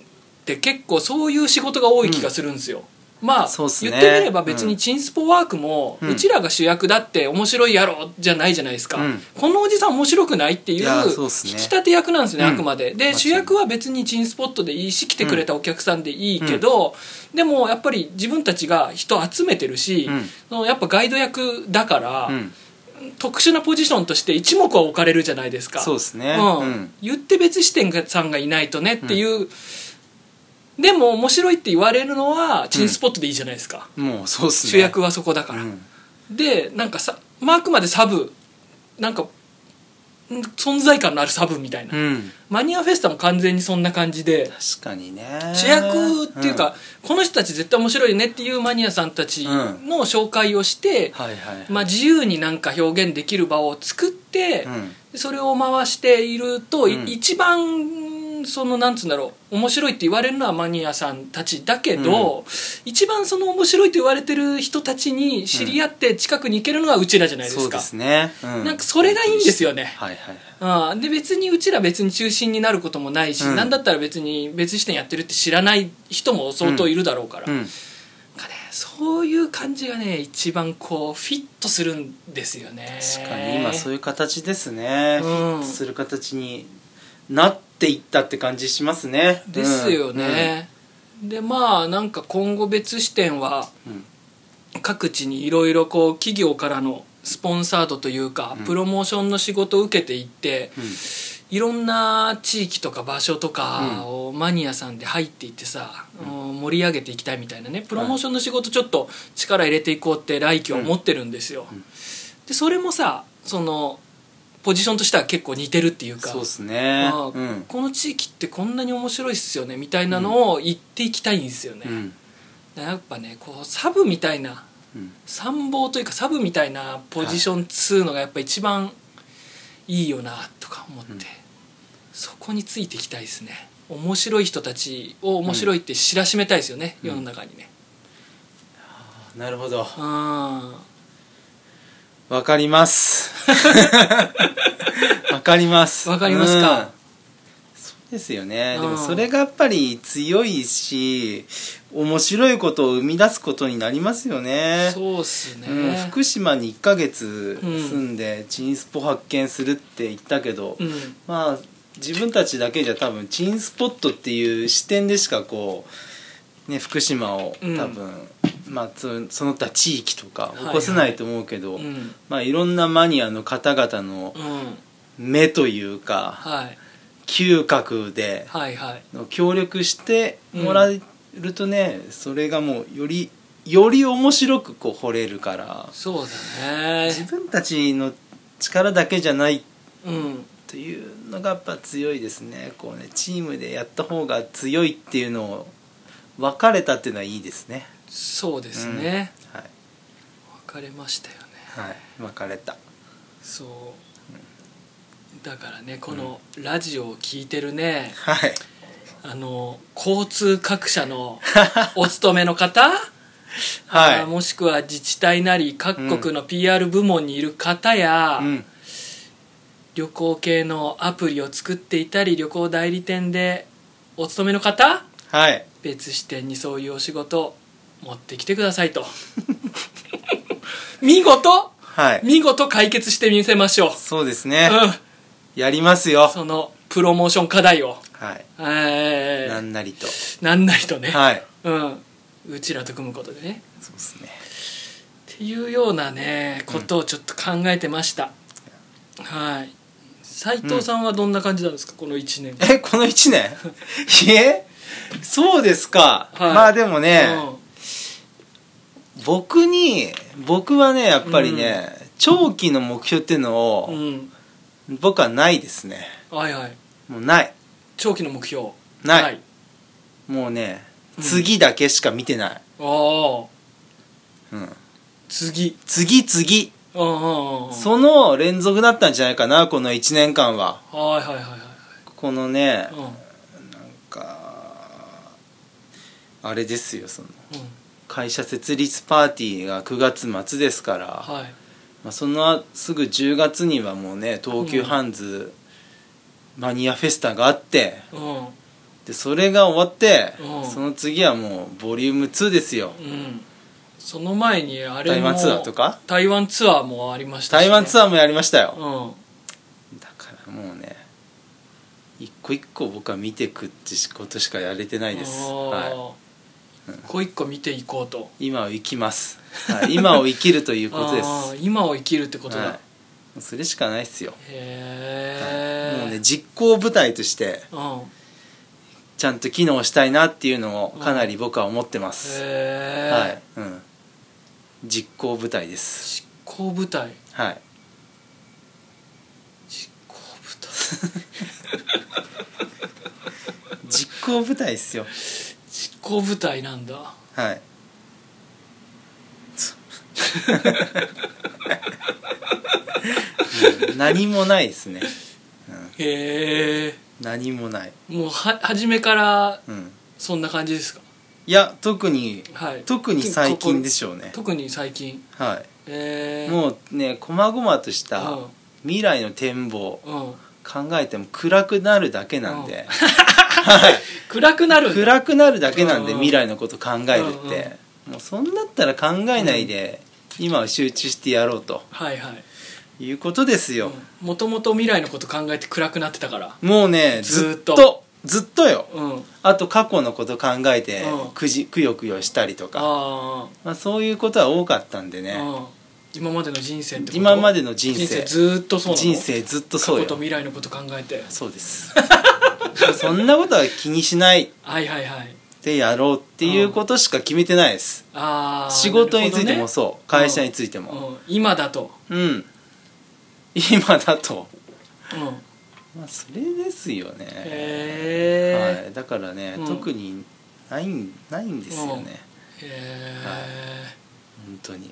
[SPEAKER 1] て結構そういう仕事が多い気がするんですよ。まあ、
[SPEAKER 2] そうっすね
[SPEAKER 1] 言ってみれば別にチンスポワークも、う
[SPEAKER 2] うん
[SPEAKER 1] ちらが主役だって面白いやろじゃないじゃないですか、
[SPEAKER 2] うん
[SPEAKER 1] このおじさん面白くないってい
[SPEAKER 2] いうや
[SPEAKER 1] 引
[SPEAKER 2] そうっす
[SPEAKER 1] き
[SPEAKER 2] ね
[SPEAKER 1] 立て役なんですね、
[SPEAKER 2] うん
[SPEAKER 1] あくまで
[SPEAKER 2] 間違い
[SPEAKER 1] で
[SPEAKER 2] ない
[SPEAKER 1] 主役は別にチンスポットでいいし来てくれたお客さんでいいけど、でもやっぱり自分たちが人集めてるし、
[SPEAKER 2] うん
[SPEAKER 1] そのやっぱガイド役だから、
[SPEAKER 2] うん
[SPEAKER 1] 特殊なポジションとして一目は置かれるじゃないですか
[SPEAKER 2] そうですね
[SPEAKER 1] うん
[SPEAKER 2] うん
[SPEAKER 1] 言って別視点さんがいないとねっていう、でも面白いって言われるのはチンスポットでいいじゃないですか、
[SPEAKER 2] もうそうっすね
[SPEAKER 1] 主役はそこだから、
[SPEAKER 2] うん
[SPEAKER 1] でなんかさまああくまでサブなんか存在感のあるサブみたいな、
[SPEAKER 2] うん
[SPEAKER 1] マニアフェスタも完全にそんな感じで
[SPEAKER 2] 確かにね
[SPEAKER 1] 主役っていうか、この人たち絶対面白いねっていうマニアさんたちの紹介をして
[SPEAKER 2] うん、はいはい
[SPEAKER 1] まあ、自由になんか表現できる場を作って、それを回していると、い
[SPEAKER 2] うん
[SPEAKER 1] 一番そのなんつうんだろう面白いって言われるのはマニアさんたちだけど、一番その面白いと言われてる人たちに知り合って近くに行けるのがうちらじゃ
[SPEAKER 2] う、
[SPEAKER 1] なんいで
[SPEAKER 2] そ
[SPEAKER 1] す
[SPEAKER 2] う
[SPEAKER 1] か。
[SPEAKER 2] ですね、う
[SPEAKER 1] なんかそれがいいんですよね
[SPEAKER 2] はいはい
[SPEAKER 1] ああで別にうちら別に中心になることもないし、
[SPEAKER 2] うん
[SPEAKER 1] なんだったら別に別視点やってるって知らない人も相当いるだろうから、
[SPEAKER 2] はい、うん、
[SPEAKER 1] なんかね、そういう感じがね一番こうフィットするんですよね
[SPEAKER 2] 確かに今そう
[SPEAKER 1] いう
[SPEAKER 2] いう形ですね、
[SPEAKER 1] うん
[SPEAKER 2] フィットする形になっていったって感じしますね
[SPEAKER 1] ですよね、でまあなんか今後別視点は
[SPEAKER 2] うんうん
[SPEAKER 1] 各地にいろいろこう企業からのスポンサードというか
[SPEAKER 2] うん
[SPEAKER 1] プロモーションの仕事を受けていって
[SPEAKER 2] うん
[SPEAKER 1] いろんな地域とか場所とかをマニアさんで入っていってさ、うん盛り上げていきたいみたいなねプロモーションの仕事ちょっと力入れていこうって来期は思ってるんですよ。
[SPEAKER 2] んうん
[SPEAKER 1] でそれもさそのポジションとしては結構似てるっていうか
[SPEAKER 2] そうですね
[SPEAKER 1] ああ
[SPEAKER 2] うん、
[SPEAKER 1] この地域ってこんなに面白いっすよねみたいなのを言っていきたいんですよね。
[SPEAKER 2] うん
[SPEAKER 1] やっぱねこうサブみたいな
[SPEAKER 2] うん
[SPEAKER 1] 参謀というかサブみたいなポジションっつうのがやっぱ一番いいよなとか思って、
[SPEAKER 2] うん
[SPEAKER 1] そこについていきたいですね面白い人たちを面白いって知らしめたいですよね、
[SPEAKER 2] うん
[SPEAKER 1] 世の中にね
[SPEAKER 2] なるほど
[SPEAKER 1] うん
[SPEAKER 2] わかります わかります
[SPEAKER 1] わかりますか
[SPEAKER 2] そうですよね
[SPEAKER 1] うん
[SPEAKER 2] でもそれがやっぱり強いし面白いことを生み出すことになりますよね
[SPEAKER 1] そうっすね、
[SPEAKER 2] うん、福島に1ヶ月
[SPEAKER 1] うん
[SPEAKER 2] 住んでチンスポ発見するって言ったけど、
[SPEAKER 1] うん
[SPEAKER 2] まあ自分たちだけじゃ多分チンスポットっていう視点でしかこう、ね、福島を
[SPEAKER 1] うん
[SPEAKER 2] 多分、まあ、そその他地域とか
[SPEAKER 1] はい
[SPEAKER 2] 起こせないと思うけど、
[SPEAKER 1] うんうん
[SPEAKER 2] まあ、いろんなマニアの方々の目というか、
[SPEAKER 1] はい
[SPEAKER 2] 嗅覚で
[SPEAKER 1] はいはい
[SPEAKER 2] の協力してもらえるとね、それがもうよりより面白くこう掘れるから。
[SPEAKER 1] そうだ
[SPEAKER 2] 自
[SPEAKER 1] ね
[SPEAKER 2] 分たちの力だけじゃない
[SPEAKER 1] うん
[SPEAKER 2] というのがやっぱ強いですねこうねチームでやった方が強いっていうのを分かれたっていうのはいいですね
[SPEAKER 1] そうですね、
[SPEAKER 2] はい、
[SPEAKER 1] 分かれましたよね
[SPEAKER 2] はい、分かれた
[SPEAKER 1] そう、だからねこのラジオを聞いてるね、
[SPEAKER 2] はい
[SPEAKER 1] あの交通各社 のお勤めの方、
[SPEAKER 2] はい
[SPEAKER 1] あーもしくは自治体なり各国の PR 部門にいる方や、
[SPEAKER 2] うん
[SPEAKER 1] 旅行系のアプリを作っていたり旅行代理店でお勤めの方
[SPEAKER 2] はい
[SPEAKER 1] 別視点にそういうお仕事を持ってきてください と見事
[SPEAKER 2] はい
[SPEAKER 1] 見事解決してみせましょう、
[SPEAKER 2] そうですね
[SPEAKER 1] うん、
[SPEAKER 2] やりますよ
[SPEAKER 1] そのプロモーション課題を
[SPEAKER 2] はい
[SPEAKER 1] え
[SPEAKER 2] な
[SPEAKER 1] ー、
[SPEAKER 2] んなりと
[SPEAKER 1] なんないとね、
[SPEAKER 2] はい
[SPEAKER 1] うん、うちらと組むことでね
[SPEAKER 2] そうですね
[SPEAKER 1] っていうようなねことをちょっと考えてました、はい斉藤さんはどんな感じなんですか、この1年
[SPEAKER 2] えこの1年 いえそうですか、
[SPEAKER 1] はい
[SPEAKER 2] まあでもね、
[SPEAKER 1] うん
[SPEAKER 2] 僕に僕はねやっぱりね、長期の目標っていうの
[SPEAKER 1] う
[SPEAKER 2] を、
[SPEAKER 1] ん、
[SPEAKER 2] 僕はないですね
[SPEAKER 1] はいはい
[SPEAKER 2] もうない
[SPEAKER 1] 長期の目標
[SPEAKER 2] ない
[SPEAKER 1] はい、
[SPEAKER 2] もうね
[SPEAKER 1] うん
[SPEAKER 2] 次だけしか見てない、
[SPEAKER 1] ああ
[SPEAKER 2] うん、
[SPEAKER 1] 次
[SPEAKER 2] 次次
[SPEAKER 1] うんうんうん
[SPEAKER 2] その連続だったんじゃないかなこの1年間は
[SPEAKER 1] はいはいはいは
[SPEAKER 2] このね
[SPEAKER 1] いうん、うん
[SPEAKER 2] なんかあれですよその会社設立パーティーが9月末ですから、
[SPEAKER 1] はい
[SPEAKER 2] まあ、そのすぐ10月にはもうね東急ハンズマニアフェスタがあって
[SPEAKER 1] うん
[SPEAKER 2] でそれが終わって
[SPEAKER 1] うん
[SPEAKER 2] その次はもうボリューム2ですよ
[SPEAKER 1] うんその前にあれも
[SPEAKER 2] 台湾ツアーとか
[SPEAKER 1] 台湾ツアーもありました
[SPEAKER 2] 台湾ツ
[SPEAKER 1] ア
[SPEAKER 2] アーもやりましたよ、
[SPEAKER 1] ー
[SPEAKER 2] だからもうね一個一個僕は見てくって仕事しかやれてな
[SPEAKER 1] う
[SPEAKER 2] い
[SPEAKER 1] ん
[SPEAKER 2] です、
[SPEAKER 1] あ
[SPEAKER 2] は
[SPEAKER 1] ー一個一個見ていこうと
[SPEAKER 2] い、今を生きます、はい、今を生きるということです、
[SPEAKER 1] あー今を生きるってことだ、
[SPEAKER 2] はい、もうそれしかないですよ、
[SPEAKER 1] へえ
[SPEAKER 2] もうね実行部隊として
[SPEAKER 1] うん
[SPEAKER 2] ちゃんと機能したいなっていうのをかなり僕は思ってま
[SPEAKER 1] へ
[SPEAKER 2] す、
[SPEAKER 1] え、
[SPEAKER 2] はい、うん、実行部隊です
[SPEAKER 1] 執行部隊
[SPEAKER 2] はい
[SPEAKER 1] 執行
[SPEAKER 2] 実行部隊っすよ
[SPEAKER 1] 実行部隊なんだ
[SPEAKER 2] はいそうん何もないですね、うん、
[SPEAKER 1] へえ
[SPEAKER 2] 何もない、
[SPEAKER 1] もうは初めから
[SPEAKER 2] うん、
[SPEAKER 1] そんな感じですか
[SPEAKER 2] いや特に
[SPEAKER 1] はい
[SPEAKER 2] 特に最近でしょう
[SPEAKER 1] こ
[SPEAKER 2] ね
[SPEAKER 1] こ特に最近
[SPEAKER 2] は
[SPEAKER 1] え
[SPEAKER 2] い
[SPEAKER 1] ー、
[SPEAKER 2] もうね細々とした
[SPEAKER 1] うん
[SPEAKER 2] 未来の展望
[SPEAKER 1] うん
[SPEAKER 2] 考えても暗くなるだけなんで、
[SPEAKER 1] 暗くなるんだ
[SPEAKER 2] 暗くなるだけなんで
[SPEAKER 1] うん
[SPEAKER 2] 未来のこと考えるっ
[SPEAKER 1] うん
[SPEAKER 2] てもうそんだったら考えないで今は集中してやろうと
[SPEAKER 1] はいはい
[SPEAKER 2] いうことですよ、
[SPEAKER 1] もともと未来のこと考えて暗くなってたから
[SPEAKER 2] もうね
[SPEAKER 1] ずー
[SPEAKER 2] ず
[SPEAKER 1] っ
[SPEAKER 2] っ
[SPEAKER 1] と
[SPEAKER 2] とずっとよ
[SPEAKER 1] うん
[SPEAKER 2] あと過去のこと考えて
[SPEAKER 1] うん
[SPEAKER 2] くじくよくよしたりとか、
[SPEAKER 1] あ
[SPEAKER 2] まあ、そういうことは多かったんで
[SPEAKER 1] あ、
[SPEAKER 2] ね
[SPEAKER 1] うん今までの人生ってこと
[SPEAKER 2] 今までの人生
[SPEAKER 1] 人生ずーっとそうなの
[SPEAKER 2] 人生ずっと
[SPEAKER 1] 過
[SPEAKER 2] そう
[SPEAKER 1] 去
[SPEAKER 2] よ
[SPEAKER 1] と未来のこと考えて
[SPEAKER 2] そうです そんなことは気にしない
[SPEAKER 1] はいはいはい
[SPEAKER 2] でやろうっていうことしか決めてないです、
[SPEAKER 1] ああ
[SPEAKER 2] 仕事についても
[SPEAKER 1] う、
[SPEAKER 2] そう、会社について
[SPEAKER 1] う
[SPEAKER 2] も
[SPEAKER 1] ん、今だと、
[SPEAKER 2] うん、今だと
[SPEAKER 1] うん、へ
[SPEAKER 2] まあそれですよね、
[SPEAKER 1] え、
[SPEAKER 2] はい、だからね、
[SPEAKER 1] うん
[SPEAKER 2] 特にないんないんですよね、
[SPEAKER 1] へえ、
[SPEAKER 2] 本当に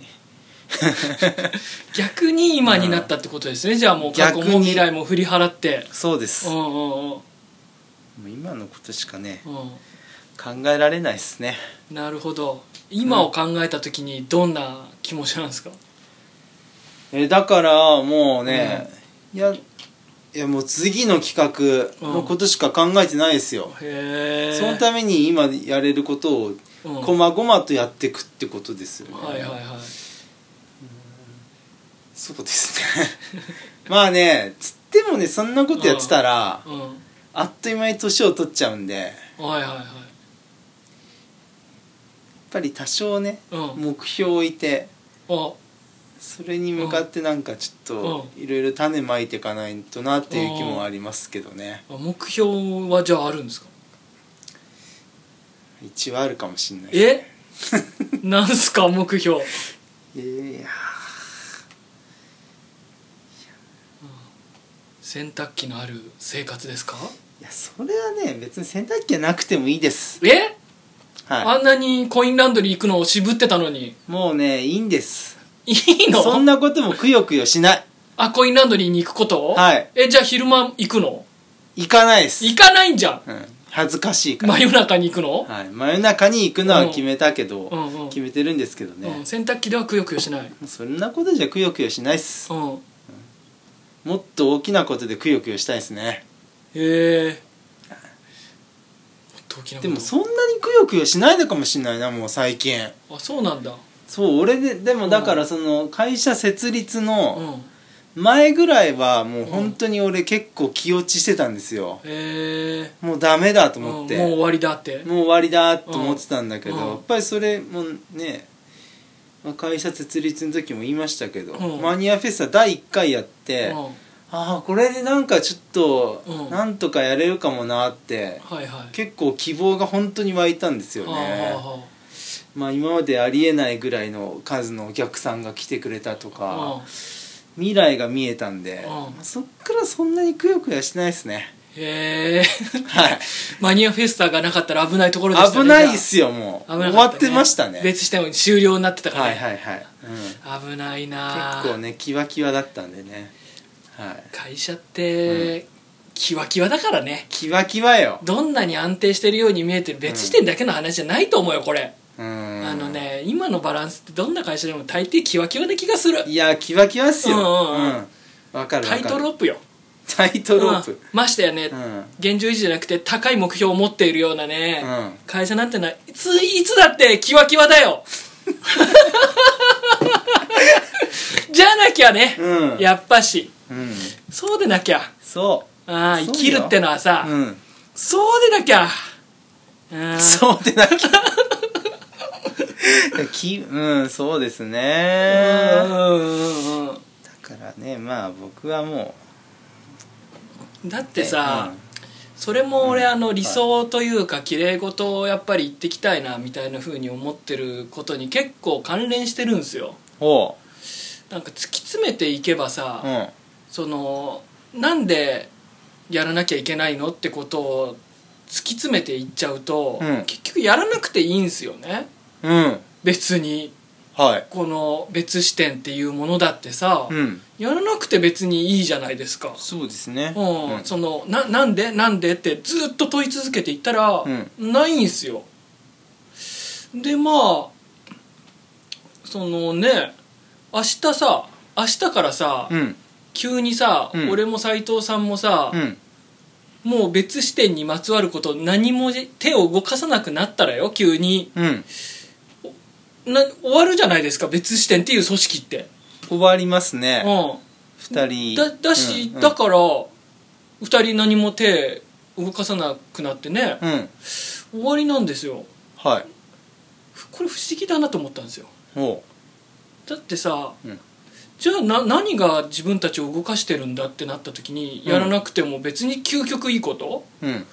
[SPEAKER 1] 逆に今になったってことですね、じゃあもう過去
[SPEAKER 2] 逆
[SPEAKER 1] も
[SPEAKER 2] に
[SPEAKER 1] 未来も振り払って
[SPEAKER 2] そうです、
[SPEAKER 1] うん
[SPEAKER 2] も
[SPEAKER 1] うんうん
[SPEAKER 2] う今のことしかね
[SPEAKER 1] う
[SPEAKER 2] 考えられないですね
[SPEAKER 1] んなるほど今を考えた時にどんな気持ちなんですか、
[SPEAKER 2] えだからもうね、いやいやもう次の企画のことしか考えてないですよ、
[SPEAKER 1] へえ
[SPEAKER 2] そのために今やれることを
[SPEAKER 1] うん
[SPEAKER 2] こまごまとやっていくってことですよね、
[SPEAKER 1] はいはいはい
[SPEAKER 2] そうですね まあねつってもねそんなことやってたら
[SPEAKER 1] うん
[SPEAKER 2] あっという間に年を取っちゃうんでやっ
[SPEAKER 1] はいはいはい
[SPEAKER 2] ぱり多少ね
[SPEAKER 1] うん
[SPEAKER 2] 目標を置いて
[SPEAKER 1] あ
[SPEAKER 2] それに向かってなんかちょっといろいろ種まいていかないとなっていう気もありますけどね
[SPEAKER 1] あ目標はじゃああるんですか
[SPEAKER 2] 一はあるかもしれないです
[SPEAKER 1] えなんすか目標
[SPEAKER 2] いやいやいや
[SPEAKER 1] 洗濯機のある生活ですか
[SPEAKER 2] いやそれはね別に洗濯機はなくてもいいです
[SPEAKER 1] え
[SPEAKER 2] は
[SPEAKER 1] あんなにコインランドリー行くのを渋ってたのに
[SPEAKER 2] いもうねいいんです
[SPEAKER 1] いいの
[SPEAKER 2] そんなこともくよくよしない
[SPEAKER 1] あコインランドリーに行くこと
[SPEAKER 2] はい
[SPEAKER 1] えじゃあ昼間行くの
[SPEAKER 2] 行かないです
[SPEAKER 1] 行かないんじゃん
[SPEAKER 2] うん、恥ずかしいから
[SPEAKER 1] 真夜中に行くの、
[SPEAKER 2] はい、真夜中に行くのは決めたけど、
[SPEAKER 1] うんうん
[SPEAKER 2] 決めてるんですけどね、
[SPEAKER 1] うん、洗濯機ではくよくよしない
[SPEAKER 2] もうそんなことじゃくよくよしないっす
[SPEAKER 1] うんへ
[SPEAKER 2] もっと大きなことでくよくよしたいですね
[SPEAKER 1] えもっと大きなこ
[SPEAKER 2] で
[SPEAKER 1] と
[SPEAKER 2] もそんなにくよくよしないのかもしれないなもう最近
[SPEAKER 1] あそうなんだ
[SPEAKER 2] そう俺ででもだか
[SPEAKER 1] う
[SPEAKER 2] らその会社設立
[SPEAKER 1] う
[SPEAKER 2] の
[SPEAKER 1] ん
[SPEAKER 2] 前ぐらいはもう本当に俺結構気落ちしてたんですよ
[SPEAKER 1] へえ
[SPEAKER 2] もうダメだと
[SPEAKER 1] うんも
[SPEAKER 2] 思
[SPEAKER 1] う
[SPEAKER 2] って、
[SPEAKER 1] 終わりだって
[SPEAKER 2] もう終わりだと思ってたんだけど、
[SPEAKER 1] うんうん
[SPEAKER 2] やっぱりそれもねまあ会社設立の時も言いましたけど、
[SPEAKER 1] うん
[SPEAKER 2] マニアフェスタ第1回やって、
[SPEAKER 1] うん
[SPEAKER 2] ああこれでなんかちょっと
[SPEAKER 1] うん
[SPEAKER 2] なんとかやれるかもなって、
[SPEAKER 1] はいはい
[SPEAKER 2] 結構希望が本当に湧いたんですよね、
[SPEAKER 1] はあは
[SPEAKER 2] まあ、今までありえないぐらいの数のお客さんが来てくれたと
[SPEAKER 1] あはあ
[SPEAKER 2] か、未来が見えたんで、
[SPEAKER 1] うん
[SPEAKER 2] まあそっからそんなにくよくよしてないで すね
[SPEAKER 1] うんへえ
[SPEAKER 2] はい
[SPEAKER 1] マニアフェスタがなかったら危ないところでしたね
[SPEAKER 2] 危ないっ
[SPEAKER 1] じ
[SPEAKER 2] すよもう
[SPEAKER 1] ゃあ危な
[SPEAKER 2] 終
[SPEAKER 1] か
[SPEAKER 2] わ
[SPEAKER 1] たね
[SPEAKER 2] ってましたね
[SPEAKER 1] 別しても終了になってたから、
[SPEAKER 2] はいはいはい、うん
[SPEAKER 1] 危ないなあ
[SPEAKER 2] 結構ねキワキワだったんでねはい
[SPEAKER 1] 会社って、キワキワだからね
[SPEAKER 2] キワキワよ
[SPEAKER 1] どんなに安定してるように見えて別視点だけの話じゃないと思うよこれ、
[SPEAKER 2] うん
[SPEAKER 1] あ
[SPEAKER 2] あ
[SPEAKER 1] のね今のバランスってどんな会社でも大抵キワキワな気がする
[SPEAKER 2] いやキワキワっすよ
[SPEAKER 1] う
[SPEAKER 2] うんん
[SPEAKER 1] うんうん
[SPEAKER 2] わ、かる
[SPEAKER 1] タ
[SPEAKER 2] わかる
[SPEAKER 1] イトロープよ
[SPEAKER 2] タイトロー
[SPEAKER 1] うん
[SPEAKER 2] プ
[SPEAKER 1] ましてやね、
[SPEAKER 2] うん、うん
[SPEAKER 1] 現状維持じゃなくて高い目標を持っているようなね、会社なんてないいついつだってキワキワだ よじゃなきゃね、
[SPEAKER 2] うん
[SPEAKER 1] やっぱし
[SPEAKER 2] うん、
[SPEAKER 1] そうでなきゃ
[SPEAKER 2] そ
[SPEAKER 1] ああ
[SPEAKER 2] そうよ
[SPEAKER 1] 生きるってのはさ
[SPEAKER 2] う、うん、
[SPEAKER 1] そうでなきゃうん
[SPEAKER 2] そうでなきゃ きうんそうです
[SPEAKER 1] う
[SPEAKER 2] ねだ
[SPEAKER 1] んうんうんうん
[SPEAKER 2] からねまあ僕はも
[SPEAKER 1] だってさ、それも俺あの理想というか綺麗事をやっぱり言ってきたいなみたいな風に思ってることに結構関連してるんですよ
[SPEAKER 2] うほ
[SPEAKER 1] なんか突き詰めていけばさ、
[SPEAKER 2] ううん
[SPEAKER 1] そのなんでやらなきゃいけないのってことを突き詰めていっちゃうと、
[SPEAKER 2] うん
[SPEAKER 1] 結局やらなくていいんですよね
[SPEAKER 2] うん
[SPEAKER 1] 別に
[SPEAKER 2] はい
[SPEAKER 1] この別視点っていうものだってさ、
[SPEAKER 2] うん
[SPEAKER 1] やらなくて別にいいじゃないですか、
[SPEAKER 2] そうですね
[SPEAKER 1] うん
[SPEAKER 2] うん
[SPEAKER 1] そのななんでなんでってずっと問い続けていったら、ないんすよでまあそのね明日さ明日からさ、
[SPEAKER 2] うん
[SPEAKER 1] 急にさ、
[SPEAKER 2] うん
[SPEAKER 1] 俺も斎藤さんもさ
[SPEAKER 2] う、ん
[SPEAKER 1] もう別視点にまつわること何もじ手を動かさなくなったらよ急に
[SPEAKER 2] うん
[SPEAKER 1] な終わるじゃないですか別視点っていう組織って、
[SPEAKER 2] 終わりますね
[SPEAKER 1] うん
[SPEAKER 2] 二人
[SPEAKER 1] だだし、
[SPEAKER 2] うんうん
[SPEAKER 1] だから二人何も手動かさなくなってね、
[SPEAKER 2] うん
[SPEAKER 1] 終わりなんですよ
[SPEAKER 2] はい
[SPEAKER 1] ふこれ不思議だなと思ったんですよ
[SPEAKER 2] おう
[SPEAKER 1] だってさ、
[SPEAKER 2] うん
[SPEAKER 1] じゃあな何が自分たちを動かしてるんだってなった時にやらなくても別に究極いいこと、
[SPEAKER 2] うん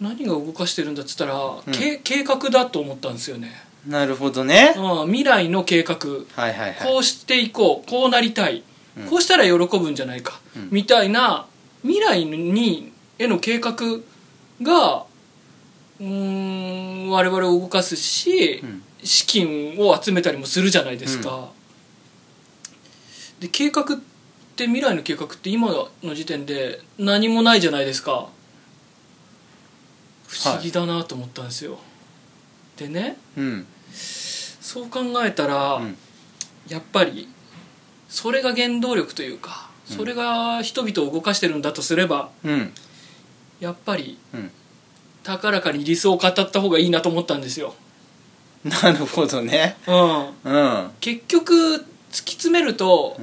[SPEAKER 1] 何が動かしてるんだっつったら、
[SPEAKER 2] ん
[SPEAKER 1] け計画だと思ったんですよね、
[SPEAKER 2] なるほどね
[SPEAKER 1] うん、未来の計画
[SPEAKER 2] はいはいはい
[SPEAKER 1] こうしていこうこうなりたい、
[SPEAKER 2] うん
[SPEAKER 1] こうしたら喜ぶんじゃないか、
[SPEAKER 2] うん
[SPEAKER 1] みたいな未来にへの計画がうーん我々を動かすし、
[SPEAKER 2] うん
[SPEAKER 1] 資金を集めたりもするじゃないですか、で計画って未来の計画って今の時点で何もないじゃないですか不思議だなと思ったんですよ、でね
[SPEAKER 2] うん
[SPEAKER 1] そう考えたら、
[SPEAKER 2] うん
[SPEAKER 1] やっぱりそれが原動力というかそれが人々を動かしてるんだとすれば
[SPEAKER 2] うん
[SPEAKER 1] やっぱり
[SPEAKER 2] うん
[SPEAKER 1] 高らかに理想を語った方がいいなと思ったんですよ、
[SPEAKER 2] なるほどね
[SPEAKER 1] うん、
[SPEAKER 2] うん
[SPEAKER 1] 結局突き詰めると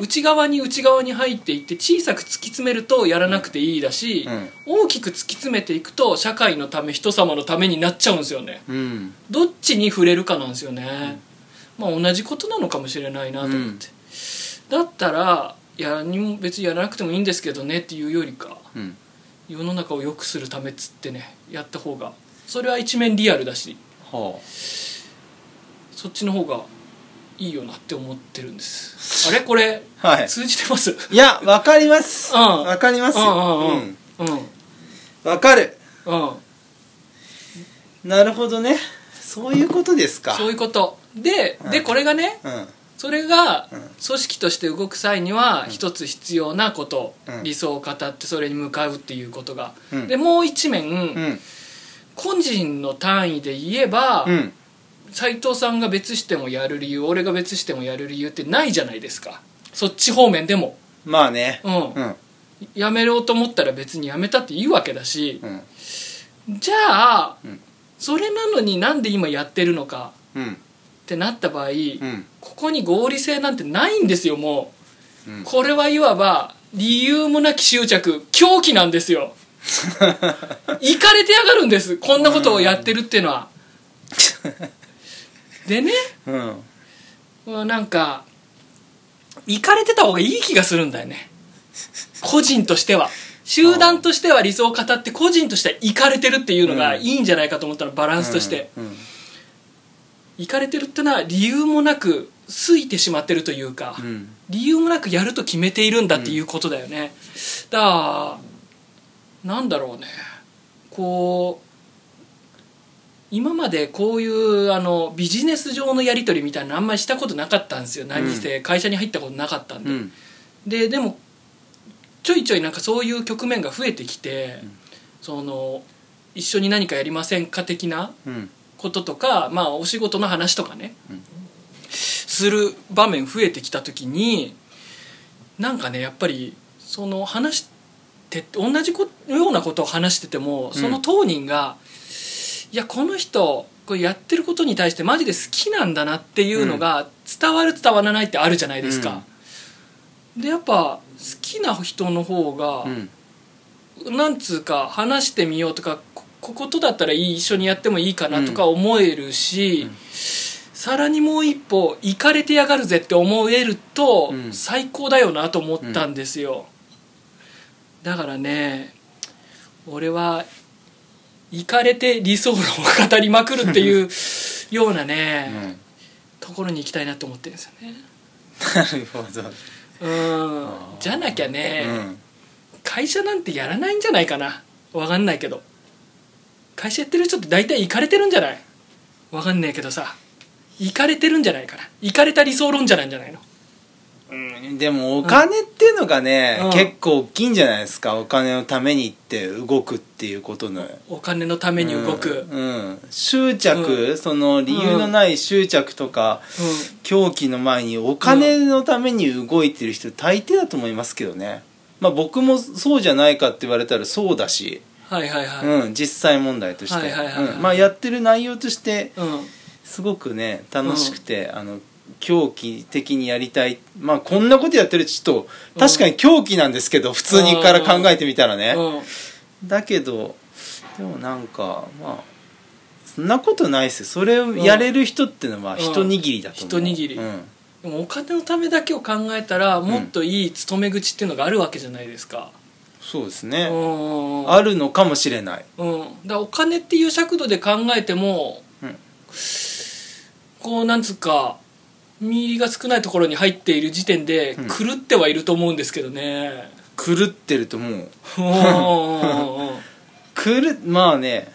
[SPEAKER 1] 内側に内側に入っていって小さく突き詰めるとやらなくていいだし、
[SPEAKER 2] うん
[SPEAKER 1] 大きく突き詰めていくと社会のため人様のためになっちゃうんですよね
[SPEAKER 2] うん
[SPEAKER 1] どっちに触れるかなんですよね、まあ同じことなのかもしれないなと思って、だったらいや何も別にやらなくてもいいんですけどねっていうよりか
[SPEAKER 2] うん
[SPEAKER 1] 世の中を良くするためっつってねやった方がそれは一面リアルだし
[SPEAKER 2] ほ
[SPEAKER 1] そっちの方がいいよなって思ってるんですあれこれ
[SPEAKER 2] うはい
[SPEAKER 1] 通じてますうん
[SPEAKER 2] いやわかります
[SPEAKER 1] うん
[SPEAKER 2] わかりますよ
[SPEAKER 1] うん
[SPEAKER 2] うん
[SPEAKER 1] うんうん
[SPEAKER 2] わかる
[SPEAKER 1] うん
[SPEAKER 2] なるほどねそういうことですか
[SPEAKER 1] そういうことでで
[SPEAKER 2] うん
[SPEAKER 1] これがね
[SPEAKER 2] うん
[SPEAKER 1] それが
[SPEAKER 2] うん
[SPEAKER 1] 組織として動く際には一つ必要なこと、
[SPEAKER 2] うん
[SPEAKER 1] 理想を語ってそれに向かうっていうことが、
[SPEAKER 2] うん
[SPEAKER 1] でもう一面、
[SPEAKER 2] うん
[SPEAKER 1] 個人の単位で言えば
[SPEAKER 2] うん
[SPEAKER 1] 斎、藤さんが別視点をやる理由俺が別視点をやる理由ってないじゃないですかそっち方面でも、
[SPEAKER 2] まあね
[SPEAKER 1] うん
[SPEAKER 2] うん
[SPEAKER 1] やめようと思ったら別にやめたっていいわけだし
[SPEAKER 2] う、ん
[SPEAKER 1] じゃあ、
[SPEAKER 2] うん
[SPEAKER 1] それなのになんで今やってるのか
[SPEAKER 2] うん
[SPEAKER 1] ってなった場合、
[SPEAKER 2] うん
[SPEAKER 1] ここに合理性なんてないんですよもう。
[SPEAKER 2] うん
[SPEAKER 1] これはいわば理由もなき執着狂気なんですよいかれてやがるんですこんなことをやってるっていうのはでね
[SPEAKER 2] うん
[SPEAKER 1] うんなんかいかれてた方がいい気がするんだよね個人としては集団としては理想を語って個人としてはいかれてるっていうのがいいんじゃないかと思ったのバランスとして
[SPEAKER 2] うん
[SPEAKER 1] いかれてるってのは理由もなく過いてしまってるというか、
[SPEAKER 2] うん
[SPEAKER 1] 理由もなくやると決めているんだっていうことだよね、だからなんだろうねこう今までこういうあのビジネス上のやり取りみたいなのあんまりしたことなかったんですよ何せ会社に入ったことなかったんで、
[SPEAKER 2] うん
[SPEAKER 1] ででもちょいちょいなんかそういう局面が増えてきて、その一緒に何かやりませんか的な
[SPEAKER 2] うん
[SPEAKER 1] こととか、まあ、お仕事の話とかね、
[SPEAKER 2] うん
[SPEAKER 1] する場面増えてきた時になんかねやっぱりその話して同じこようなことを話しててもその当人が、いやこの人これやってることに対してマジで好きなんだなっていうのが伝わる伝わらないってあるじゃないですか。でやっぱ好きな人の方が、
[SPEAKER 2] うん
[SPEAKER 1] なんつうか話してみようとかここことだったらいい一緒にやってもいいかなとか思えるし、さらにもう一歩行かれてやがるぜって思えると、
[SPEAKER 2] うん
[SPEAKER 1] 最高だよなと思ったんですよ、だからね俺は行かれて理想論を語りまくるって いうようなね、
[SPEAKER 2] うん
[SPEAKER 1] ところに行きたいなと思ってるんですよね
[SPEAKER 2] なるほど
[SPEAKER 1] うんじゃなきゃね、
[SPEAKER 2] うん
[SPEAKER 1] 会社なんてやらないんじゃないかなわかんないけど会社やってる人って大体行かれてるんじゃないわかんないけどさ行かれてるんじゃないかな行かれた理想論者なんじゃないの
[SPEAKER 2] うんでもお金っていうのがね、
[SPEAKER 1] うん
[SPEAKER 2] 結構大きいんじゃないですかお金のためにって動くっていうことの
[SPEAKER 1] お金のために動く、
[SPEAKER 2] うん、うん執着、
[SPEAKER 1] う
[SPEAKER 2] その理由のない執着とか、
[SPEAKER 1] う
[SPEAKER 2] 狂気の前にお金のために動いてる人大抵だと思いますけどねまあ僕もそうじゃないかって言われたらそうだし、
[SPEAKER 1] ん、はいはいはい、
[SPEAKER 2] うん、実際問題として、
[SPEAKER 1] はいはいはいはい
[SPEAKER 2] うんまあやってる内容として
[SPEAKER 1] うん
[SPEAKER 2] すごくね楽しくて、あの狂気的にやりたいまあこんなことやってるとちょっと確かに狂気なんですけど普通にから考えてみたらね、
[SPEAKER 1] うん
[SPEAKER 2] だけどでもなんかまあそんなことないですよそれをやれる人ってのは一握りだと思う、
[SPEAKER 1] うん一握り
[SPEAKER 2] うん
[SPEAKER 1] でもお金のためだけを考えたらもっといい勤め口っていうのがあるわけじゃないですか、
[SPEAKER 2] そうです
[SPEAKER 1] うん
[SPEAKER 2] ね、
[SPEAKER 1] うんうん
[SPEAKER 2] あるのかもしれない、
[SPEAKER 1] うん、だからお金っていう尺度で考えても
[SPEAKER 2] うん
[SPEAKER 1] こうなんつうか身入りが少ないところに入っている時点で
[SPEAKER 2] うん
[SPEAKER 1] 狂ってはいると思うんですけど ね、
[SPEAKER 2] 狂ってるともう
[SPEAKER 1] うんうんうんうん
[SPEAKER 2] 狂っまあね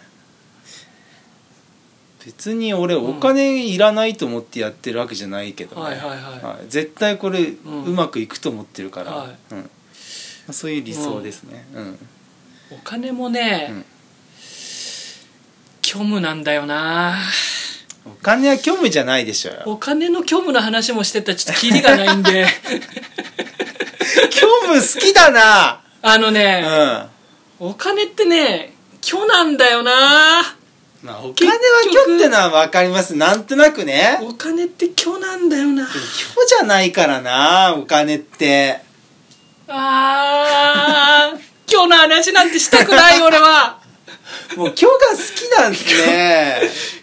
[SPEAKER 2] 別に俺お金いらないと思ってやってるわけじゃないけど、ね
[SPEAKER 1] はいはいはい
[SPEAKER 2] い絶対これ
[SPEAKER 1] ん
[SPEAKER 2] うまくいくと思ってるから、
[SPEAKER 1] はい
[SPEAKER 2] うんまあそういう理想ですね、うん
[SPEAKER 1] お金もね、
[SPEAKER 2] うん
[SPEAKER 1] 虚無なんだよな
[SPEAKER 2] お金は虚無じゃないでしょうよ
[SPEAKER 1] お金の虚無の話もしてたらちょっとキリがないんで
[SPEAKER 2] 虚無好きだな
[SPEAKER 1] あのね、
[SPEAKER 2] うん
[SPEAKER 1] お金ってね虚なんだよな
[SPEAKER 2] まあ、お金は虚ってのは分かりますなんとなくね
[SPEAKER 1] お金って虚なんだよな
[SPEAKER 2] 虚じゃないからなお金って
[SPEAKER 1] あー虚の話なんてしたくない俺は
[SPEAKER 2] もう虚が好きなんです ね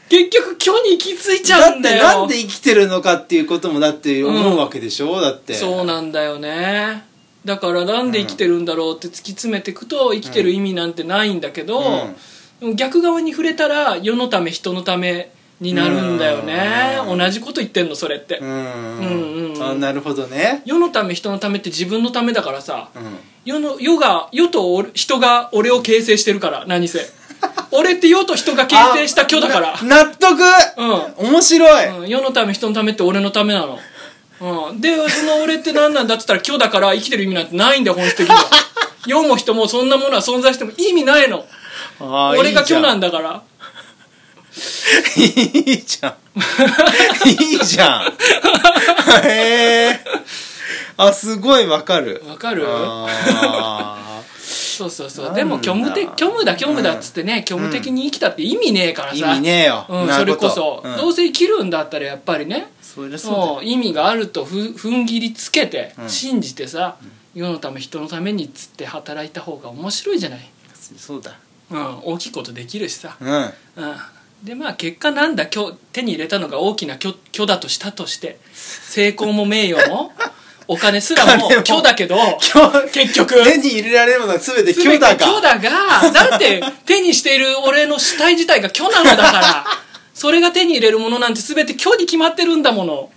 [SPEAKER 1] 結局虚に行き着いちゃ
[SPEAKER 2] だ
[SPEAKER 1] う
[SPEAKER 2] っ
[SPEAKER 1] ん
[SPEAKER 2] て
[SPEAKER 1] だよ
[SPEAKER 2] なんで生きてるのかっていうこともだって思うわけでしょ、だって
[SPEAKER 1] そうなんだよねだからなんで生きてるんだろうって突き詰めていくと生きてる意味なんてないんだけど、
[SPEAKER 2] うん
[SPEAKER 1] でも逆側に触れたら世のため人のためになるんだよね
[SPEAKER 2] うん
[SPEAKER 1] 同じこと言ってんのそれって、
[SPEAKER 2] うん
[SPEAKER 1] うんうん
[SPEAKER 2] あなるほどね
[SPEAKER 1] 世のため人のためって自分のためだからさ
[SPEAKER 2] うん
[SPEAKER 1] 世の世が世と俺人が俺を形成してるから何 せ俺って世と人が形成した虚だから
[SPEAKER 2] あな納得面白い、
[SPEAKER 1] うん、世のため人のためって俺のためなの、うん、でその俺って何なんだって言ったら今日だから生きてる意味なんてないんだよ本質的に は世も人もそんなものは存在しても意味ないの
[SPEAKER 2] あー
[SPEAKER 1] 俺が虚なん
[SPEAKER 2] い
[SPEAKER 1] だから
[SPEAKER 2] いじゃんいいじゃんへえあすごいわかる
[SPEAKER 1] わかる
[SPEAKER 2] あ
[SPEAKER 1] そうそうそ
[SPEAKER 2] な
[SPEAKER 1] うん
[SPEAKER 2] だ
[SPEAKER 1] でも虚無的虚無だ虚無だっつってね、虚無的に生きたって意味ねえから
[SPEAKER 2] ー
[SPEAKER 1] さ
[SPEAKER 2] 意味ねえよ、
[SPEAKER 1] うん、
[SPEAKER 2] な
[SPEAKER 1] それ
[SPEAKER 2] るほ
[SPEAKER 1] こそ、
[SPEAKER 2] うん
[SPEAKER 1] どうせ生きるんだったらやっぱりね
[SPEAKER 2] そりゃそうだよ
[SPEAKER 1] そう意味があるとふ踏ん切りつけて、
[SPEAKER 2] うん
[SPEAKER 1] 信じてさ世のため人のためにっつって働いた方が面白いじゃない、
[SPEAKER 2] そうだ
[SPEAKER 1] うん、大きいことできるしさ、
[SPEAKER 2] うん
[SPEAKER 1] うん、でまあ結果なんだ今日手に入れたのが大きな虚虚だとしたとして成功も名誉 もお金すらも
[SPEAKER 2] 金も
[SPEAKER 1] 虚だけど
[SPEAKER 2] 虚
[SPEAKER 1] 結局
[SPEAKER 2] 手に入れられるものは全て
[SPEAKER 1] 全
[SPEAKER 2] 虚
[SPEAKER 1] て
[SPEAKER 2] だか
[SPEAKER 1] 虚だがだって手にしている俺の死体自体が虚なのだからそれが手に入れるものなんて全て虚に決まってるんだもの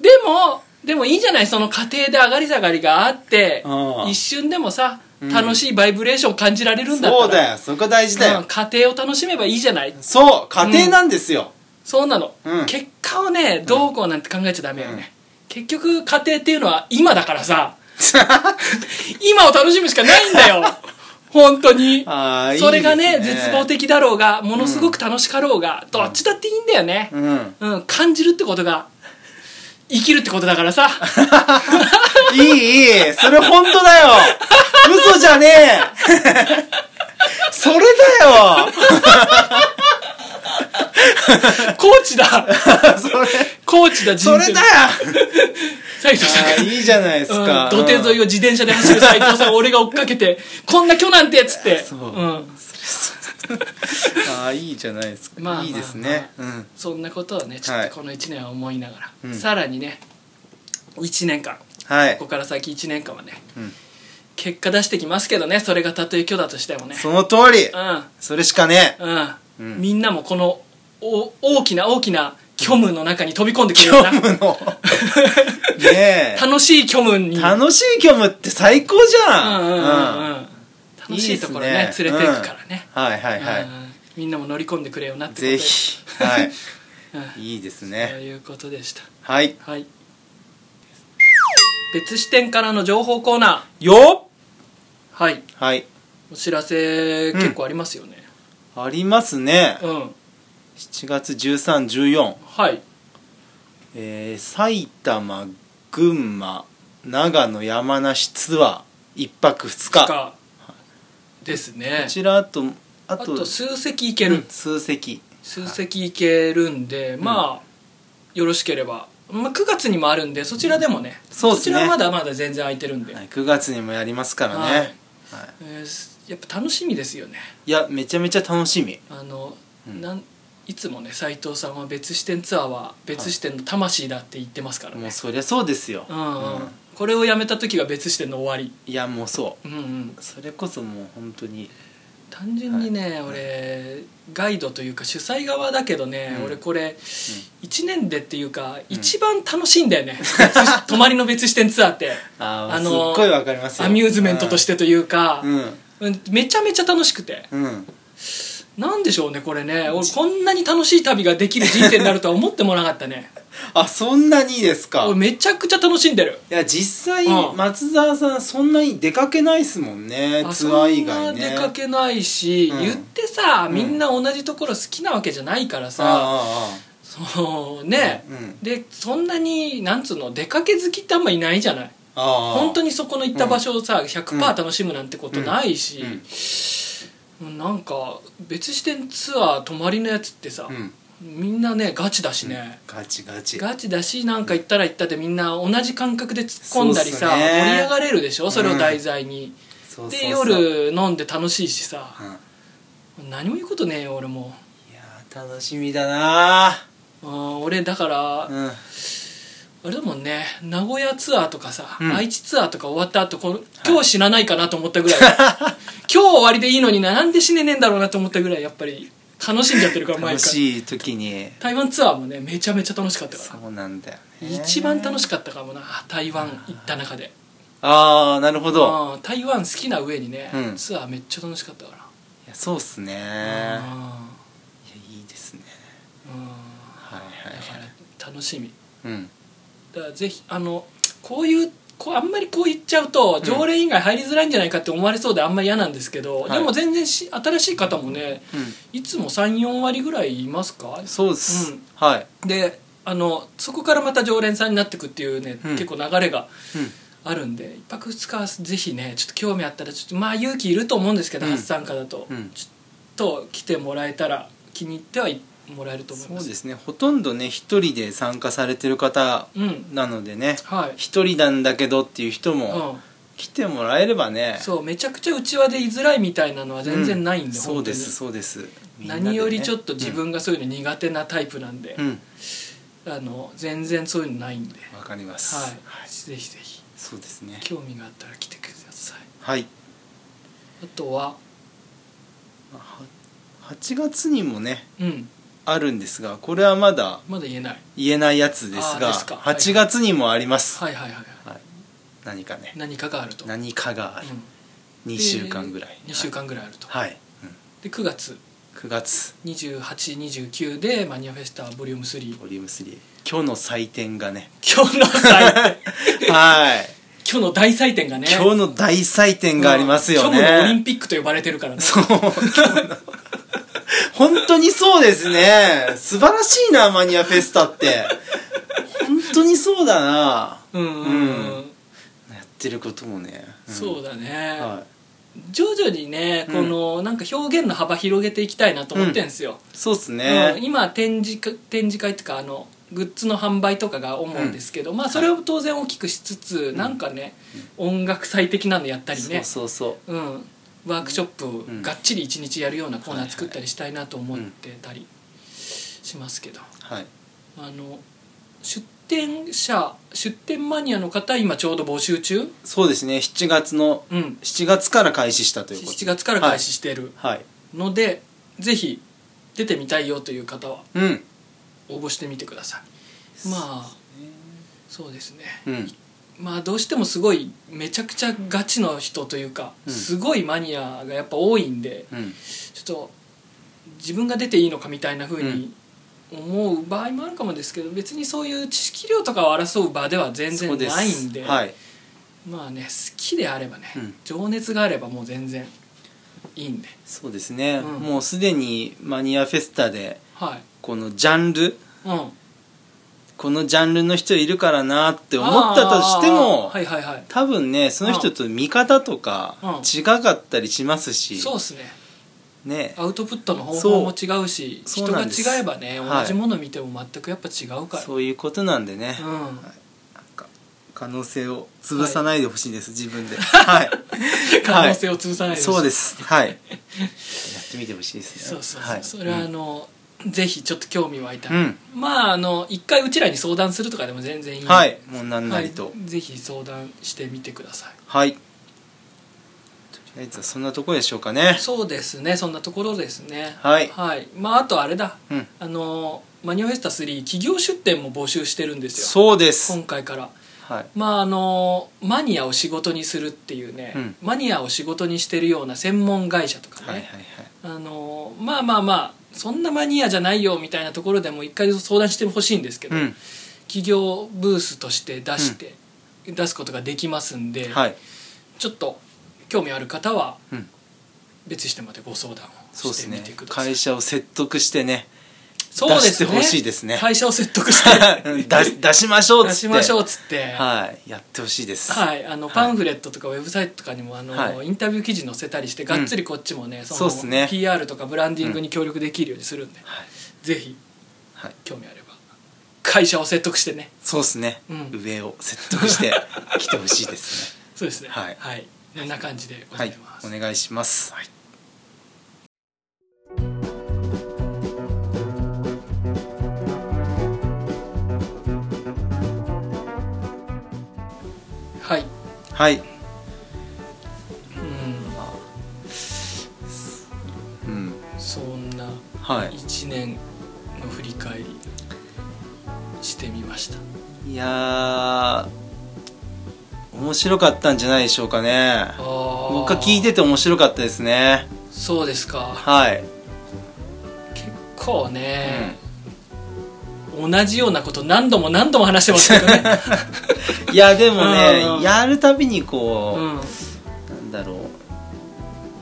[SPEAKER 1] でもでもいいじゃないその過程で上がり下がりがあって
[SPEAKER 2] うん
[SPEAKER 1] 一瞬でもさ楽しいバイブレーションを感じられるんだったら
[SPEAKER 2] そうだよそこ大事だよ、
[SPEAKER 1] うん過程を楽しめばいいじゃない
[SPEAKER 2] そう家庭なんですよ、
[SPEAKER 1] そうなの、
[SPEAKER 2] うん
[SPEAKER 1] 結果をねどうこうなんて考えちゃダメよね、結局家庭っていうのは今だから さ今を楽しむしかないんだよ本当に
[SPEAKER 2] あーいいですね
[SPEAKER 1] それがね絶望的だろうがものすごく楽しかろうが、どっちだっていいんだよね、
[SPEAKER 2] うん
[SPEAKER 1] うん、感じるってことが生きるってことだから さ
[SPEAKER 2] いいいいそれ本当だよ嘘じゃねえ それだよ
[SPEAKER 1] コーチだ
[SPEAKER 2] それ
[SPEAKER 1] コーチだ
[SPEAKER 2] それだよ
[SPEAKER 1] 斉藤さんが
[SPEAKER 2] あーいいじゃないですか、
[SPEAKER 1] うん、土手沿いを
[SPEAKER 2] を
[SPEAKER 1] 自転車で走る斎藤さんを俺が追っかけてこんな虚なんてっつって
[SPEAKER 2] そう
[SPEAKER 1] うん、
[SPEAKER 2] ああいいじゃないですか、
[SPEAKER 1] まあまあ
[SPEAKER 2] いいですね、うん
[SPEAKER 1] そんなことをねちょっとこの1年は思いながら、
[SPEAKER 2] うん
[SPEAKER 1] さらにね1年間
[SPEAKER 2] は
[SPEAKER 1] こ
[SPEAKER 2] い
[SPEAKER 1] こから先1年間はね、
[SPEAKER 2] うん
[SPEAKER 1] 結果出してきますけどねそれがたとえ虚だとしてもね
[SPEAKER 2] その通り
[SPEAKER 1] う
[SPEAKER 2] それしかねえ
[SPEAKER 1] んうん、
[SPEAKER 2] うん
[SPEAKER 1] みんなもこのお大きな大きな虚無の中に飛び 込んでくれるな
[SPEAKER 2] 虚無のねえ
[SPEAKER 1] 楽しい虚無に
[SPEAKER 2] 楽しい虚無って最高じゃん
[SPEAKER 1] うんうんうんうん楽しいところね
[SPEAKER 2] いいです
[SPEAKER 1] 連れていくからね、
[SPEAKER 2] うんはいはいは
[SPEAKER 1] う
[SPEAKER 2] い
[SPEAKER 1] んみんなも乗り込んでくれよなってことで
[SPEAKER 2] ぜひはい
[SPEAKER 1] うん
[SPEAKER 2] いいです
[SPEAKER 1] と
[SPEAKER 2] ね
[SPEAKER 1] いうことでした
[SPEAKER 2] はい
[SPEAKER 1] はい別視点からの情報コーナ
[SPEAKER 2] よ
[SPEAKER 1] ーはい
[SPEAKER 2] っはい
[SPEAKER 1] お知らせ結構ありますよね
[SPEAKER 2] ありますね
[SPEAKER 1] うん、
[SPEAKER 2] 7月1314
[SPEAKER 1] はい
[SPEAKER 2] えー埼玉群馬長野山梨ツアー1泊2日こ
[SPEAKER 1] かですね
[SPEAKER 2] ちらあとあ
[SPEAKER 1] あ
[SPEAKER 2] と
[SPEAKER 1] と数席いける、
[SPEAKER 2] うん数席
[SPEAKER 1] 数席いけるんでまあ、よろしければ、まあ、9月にもあるんでそちらでもね、
[SPEAKER 2] そうです
[SPEAKER 1] ち
[SPEAKER 2] ね
[SPEAKER 1] らはまだまだ全然空いてるんで、
[SPEAKER 2] はい9月にもやりますからね、
[SPEAKER 1] はい
[SPEAKER 2] はい
[SPEAKER 1] えーすやっぱ楽しみですよね
[SPEAKER 2] いやめちゃめちゃ楽しみ
[SPEAKER 1] あの、
[SPEAKER 2] うん
[SPEAKER 1] なんいつもね斉藤さんは別視点ツアーは別視点の魂だって言ってますからね、
[SPEAKER 2] もうそりゃそうですよ、
[SPEAKER 1] うんうん
[SPEAKER 2] うん
[SPEAKER 1] これをやめた時が別視点の終わり、
[SPEAKER 2] いやもうそう
[SPEAKER 1] うんうん、
[SPEAKER 2] それこそもう本当に
[SPEAKER 1] 単純にね、俺ガイドというか主催側だけどね、
[SPEAKER 2] うん
[SPEAKER 1] 俺これ、1年でっていうか一番楽しいんだよ ね、別泊まりの別視点ツアーって
[SPEAKER 2] あー
[SPEAKER 1] あの
[SPEAKER 2] すっごいわかりますよ
[SPEAKER 1] アミューズメントとしててというか、
[SPEAKER 2] うん
[SPEAKER 1] うんめちゃめちゃ楽しくて
[SPEAKER 2] うん
[SPEAKER 1] なんでしょうねこれね俺こんなに楽しい旅ができる人生になるとは思ってもなかったね
[SPEAKER 2] あそんなにですか
[SPEAKER 1] 俺めちゃくちゃ楽しんでる
[SPEAKER 2] いや実際
[SPEAKER 1] うん
[SPEAKER 2] 松沢さんそんなに出かけないっすもんねツアー以
[SPEAKER 1] あそ
[SPEAKER 2] 外
[SPEAKER 1] ん
[SPEAKER 2] ね
[SPEAKER 1] な出かけないし、
[SPEAKER 2] うん
[SPEAKER 1] 言ってさ
[SPEAKER 2] ん
[SPEAKER 1] みんな同じところ好きなわけじゃないからさ、
[SPEAKER 2] あ
[SPEAKER 1] そうね、
[SPEAKER 2] うん
[SPEAKER 1] でそんなになんつうの出かけ好きってあんまいないじゃない
[SPEAKER 2] あああ
[SPEAKER 1] 本当
[SPEAKER 2] に
[SPEAKER 1] にそこの行った場所をさ、
[SPEAKER 2] うん
[SPEAKER 1] 100%楽しむなんてことないし、
[SPEAKER 2] うん
[SPEAKER 1] なんか別視点ツアー泊まりのやつってさ、
[SPEAKER 2] うん
[SPEAKER 1] みんなねガチだしね、
[SPEAKER 2] ガチガチ
[SPEAKER 1] ガチだしなんか行ったら行ったでみんな同じ感覚で突っ込んだりさ、
[SPEAKER 2] そうっすね
[SPEAKER 1] 盛り上がれるでしょそれを題材に、
[SPEAKER 2] そうそ
[SPEAKER 1] で
[SPEAKER 2] うそううんい
[SPEAKER 1] 夜飲んで楽しいしさ、何も言うことねえよ俺も
[SPEAKER 2] やー楽しみだな
[SPEAKER 1] うん俺だから、
[SPEAKER 2] うん
[SPEAKER 1] あれだもんね名古屋ツアーとかさ、
[SPEAKER 2] うん
[SPEAKER 1] 愛知ツアーとか終わった後この今日死なないかなと思った ぐらい、今日終わりでいいのにななんで死ねねえんだろうなと思ったぐらいやっぱり楽しんじゃってるから毎
[SPEAKER 2] 楽
[SPEAKER 1] 回
[SPEAKER 2] しい時に
[SPEAKER 1] 台湾ツアーもねめちゃめちゃ楽しかったか
[SPEAKER 2] そうなんだよ
[SPEAKER 1] ら
[SPEAKER 2] ね
[SPEAKER 1] 一番楽しかったかもな台湾行った中で
[SPEAKER 2] ああなるほど
[SPEAKER 1] うん台湾好きな上にね、
[SPEAKER 2] うん
[SPEAKER 1] ツアーめっちゃ楽しかったから
[SPEAKER 2] いやそうっすねいや
[SPEAKER 1] う
[SPEAKER 2] いいですね
[SPEAKER 1] んうん
[SPEAKER 2] はい
[SPEAKER 1] だ
[SPEAKER 2] はい
[SPEAKER 1] か
[SPEAKER 2] はい
[SPEAKER 1] ら楽しみ
[SPEAKER 2] うん
[SPEAKER 1] だからぜひあのこういうこうあんまりこう言っちゃうと常連以外入りづらいんじゃないかって思われそうであんまり嫌なんですけど、
[SPEAKER 2] はい
[SPEAKER 1] でも全然し新しい方もね
[SPEAKER 2] う
[SPEAKER 1] いつも34割ぐらいいますか
[SPEAKER 2] んそうっす
[SPEAKER 1] うん
[SPEAKER 2] はい
[SPEAKER 1] であのそこからまた常連さんになってくっていうね、
[SPEAKER 2] うん
[SPEAKER 1] 結構流れが
[SPEAKER 2] うん
[SPEAKER 1] あるんで1泊2日はぜひねちょっと興味あったらちょっとまあ勇気いると思うんですけど、
[SPEAKER 2] うん
[SPEAKER 1] 初参加だと、
[SPEAKER 2] うん
[SPEAKER 1] ちょっと来てもらえたら気に入ってはいもらえると思い
[SPEAKER 2] そ
[SPEAKER 1] ます
[SPEAKER 2] うですねほとんどね一人で参加されてる方
[SPEAKER 1] うん
[SPEAKER 2] なのでね
[SPEAKER 1] はい、
[SPEAKER 2] 一人なんだけどっていう人も
[SPEAKER 1] うん
[SPEAKER 2] 来てもらえればね
[SPEAKER 1] そうめちゃくちゃうちわで居づらいみたいなのは全然ないんで、本
[SPEAKER 2] う
[SPEAKER 1] 当
[SPEAKER 2] そう
[SPEAKER 1] に
[SPEAKER 2] ですそうですみんなでね
[SPEAKER 1] 何よりちょっと自分がそういうの苦手なタイプなんで
[SPEAKER 2] う、ん
[SPEAKER 1] あの全然そういうのないんで、
[SPEAKER 2] わかります
[SPEAKER 1] はいぜひぜひ
[SPEAKER 2] そうですね
[SPEAKER 1] 興味があったら来てください
[SPEAKER 2] はい
[SPEAKER 1] あとは
[SPEAKER 2] は8月にもね
[SPEAKER 1] うん
[SPEAKER 2] あるんですがこれはまだ
[SPEAKER 1] まだ言えない
[SPEAKER 2] 言えないやつです
[SPEAKER 1] あー
[SPEAKER 2] が
[SPEAKER 1] ですかはい
[SPEAKER 2] 8月にもあります、
[SPEAKER 1] はいはいはいはい
[SPEAKER 2] はい何かね
[SPEAKER 1] 何かがあると、
[SPEAKER 2] 何かがある、2
[SPEAKER 1] で
[SPEAKER 2] 週間ぐらい
[SPEAKER 1] 2週間ぐらいあると、
[SPEAKER 2] はい、はいうん
[SPEAKER 1] で9月
[SPEAKER 2] 9月
[SPEAKER 1] 2829でマニアフェスタボリューム3
[SPEAKER 2] ボリューム3今日の祭典がね
[SPEAKER 1] 今日の祭
[SPEAKER 2] はい
[SPEAKER 1] 今日の大祭典がね
[SPEAKER 2] 今日の大祭典がありますよね、
[SPEAKER 1] 虚無のオリンピックと呼ばれてるからね
[SPEAKER 2] そう本当にそうですね素晴らしいなマニアフェスタって本当にそうだな
[SPEAKER 1] うんうんうん
[SPEAKER 2] うやってることもね、ん
[SPEAKER 1] そうだね、
[SPEAKER 2] はい
[SPEAKER 1] 徐々にねこのなんか表現の幅広げていきたいなと思ってんすよ、
[SPEAKER 2] そうっす
[SPEAKER 1] う
[SPEAKER 2] ね
[SPEAKER 1] ん、今展示か展示会っていうかあのグッズの販売とかが主んですけど、まあそれを当然大きくしつつ、なんかね、音楽祭的なのやったり
[SPEAKER 2] そう
[SPEAKER 1] ね、
[SPEAKER 2] そうそう
[SPEAKER 1] ん、ワークショップをがっちり一日やるようなコーナー作ったりしたいなと思ってたりしますけど、
[SPEAKER 2] うはい
[SPEAKER 1] あの出店者出店マニアの方今ちょうど募集中、
[SPEAKER 2] そうですね7月の
[SPEAKER 1] うん、
[SPEAKER 2] 7月から開始したということ
[SPEAKER 1] 7月から開始してる、
[SPEAKER 2] はい、はい
[SPEAKER 1] のでぜひ出てみたいよという方は
[SPEAKER 2] うん
[SPEAKER 1] 応募してみてくださいまあそうですね
[SPEAKER 2] うん
[SPEAKER 1] まあどうしてもすごいめちゃくちゃガチの人というか、
[SPEAKER 2] うん
[SPEAKER 1] すごいマニアがやっぱ多いんで
[SPEAKER 2] うん
[SPEAKER 1] ちょっと自分が出ていいのかみたいな風に思う場合もあるかもですけど別にそういう知識量とかを争う場では全
[SPEAKER 2] そう
[SPEAKER 1] 然
[SPEAKER 2] です
[SPEAKER 1] ないんで
[SPEAKER 2] はい
[SPEAKER 1] まあね好きであればね、
[SPEAKER 2] うん
[SPEAKER 1] 情熱があればもう全然いいんで
[SPEAKER 2] そうですね、
[SPEAKER 1] うん
[SPEAKER 2] もうすでにマニアフェスタで
[SPEAKER 1] はい
[SPEAKER 2] このジャンル
[SPEAKER 1] うん
[SPEAKER 2] このジャンルの人いるからなって思ったとしても、
[SPEAKER 1] あーはいはいはい
[SPEAKER 2] 多分ねその人と見方とか
[SPEAKER 1] うん
[SPEAKER 2] 違かったりしますし、
[SPEAKER 1] そうですね
[SPEAKER 2] ね
[SPEAKER 1] アウトプットの方
[SPEAKER 2] そ
[SPEAKER 1] 法
[SPEAKER 2] う
[SPEAKER 1] も違うし
[SPEAKER 2] そう
[SPEAKER 1] 人
[SPEAKER 2] な
[SPEAKER 1] が
[SPEAKER 2] んです
[SPEAKER 1] 違えばね
[SPEAKER 2] はい
[SPEAKER 1] 同じもの見ても全くやっぱ違うから、
[SPEAKER 2] そういうことなんでね、
[SPEAKER 1] うん
[SPEAKER 2] 可能性を潰さないでほしいです、自分ではい
[SPEAKER 1] 可能性を潰さないでほしい
[SPEAKER 2] そうですはいやってみてほしいですね
[SPEAKER 1] そうそうそう、
[SPEAKER 2] い
[SPEAKER 1] それはあの、ぜひちょっと興味湧いた
[SPEAKER 2] う
[SPEAKER 1] ら、
[SPEAKER 2] ん、
[SPEAKER 1] まああの一回うちらに相談するとかでも全然いいん
[SPEAKER 2] うん
[SPEAKER 1] で
[SPEAKER 2] はいもうなんな
[SPEAKER 1] はい
[SPEAKER 2] りと
[SPEAKER 1] ぜひ相談してみてください
[SPEAKER 2] はい、とりあえずはそんなところでしょうかね
[SPEAKER 1] そうですねそんなところですね
[SPEAKER 2] はい
[SPEAKER 1] まああとあれだ
[SPEAKER 2] うん
[SPEAKER 1] あのマニオフェスタ3企業出店も募集してるんですよ
[SPEAKER 2] そうです
[SPEAKER 1] 今回から
[SPEAKER 2] はい
[SPEAKER 1] まああのマニアを仕事にするっていうね、
[SPEAKER 2] うん
[SPEAKER 1] マニアを仕事にしてるような専門会社とかね、
[SPEAKER 2] はいはいはい
[SPEAKER 1] あのまあまあまあそんなマニアじゃないよみたいなところでも一回相談してほしいんですけど、
[SPEAKER 2] うん
[SPEAKER 1] 企業ブースとして出して、出すことができますんで、
[SPEAKER 2] はい
[SPEAKER 1] ちょっと興味ある方は
[SPEAKER 2] うん
[SPEAKER 1] 別してまでご相談を
[SPEAKER 2] そうで
[SPEAKER 1] し
[SPEAKER 2] す
[SPEAKER 1] てみ
[SPEAKER 2] ね
[SPEAKER 1] てください
[SPEAKER 2] 会社を説得してね
[SPEAKER 1] そうですね
[SPEAKER 2] 出してほしいですね
[SPEAKER 1] 会社を説得して
[SPEAKER 2] 出し出しましょうっ
[SPEAKER 1] 出
[SPEAKER 2] つって
[SPEAKER 1] しましょうっつって
[SPEAKER 2] はいやってほしいです
[SPEAKER 1] はい、あの
[SPEAKER 2] はい
[SPEAKER 1] パンフレットとかウェブサイトとかにもあの、
[SPEAKER 2] はい
[SPEAKER 1] インタビュー記事載せたりしてがっつりこっちもね、
[SPEAKER 2] そうっすね
[SPEAKER 1] PR とかブランディングに協力できるようにするんで、
[SPEAKER 2] はい
[SPEAKER 1] ぜひ
[SPEAKER 2] はい
[SPEAKER 1] 興味あれば会社を説得してね
[SPEAKER 2] そうですね、
[SPEAKER 1] うん
[SPEAKER 2] 上を説得して来てほしいです ね
[SPEAKER 1] そうですね
[SPEAKER 2] はい
[SPEAKER 1] こんな感じでござ
[SPEAKER 2] はいい
[SPEAKER 1] ます、
[SPEAKER 2] お願いします、はい、
[SPEAKER 1] はい
[SPEAKER 2] うん
[SPEAKER 1] うん、そんな
[SPEAKER 2] はい
[SPEAKER 1] 1年の振り返りしてみました
[SPEAKER 2] いやー面白かったんじゃないでしょうかね僕
[SPEAKER 1] 僕
[SPEAKER 2] は聞いてて面白かったですね
[SPEAKER 1] そうですか
[SPEAKER 2] はい、
[SPEAKER 1] 結構ね、同じようなこと何度も何度も話してますけど ね、
[SPEAKER 2] いやでもね、
[SPEAKER 1] うん
[SPEAKER 2] やるたびにこう、
[SPEAKER 1] うん、
[SPEAKER 2] なんだろう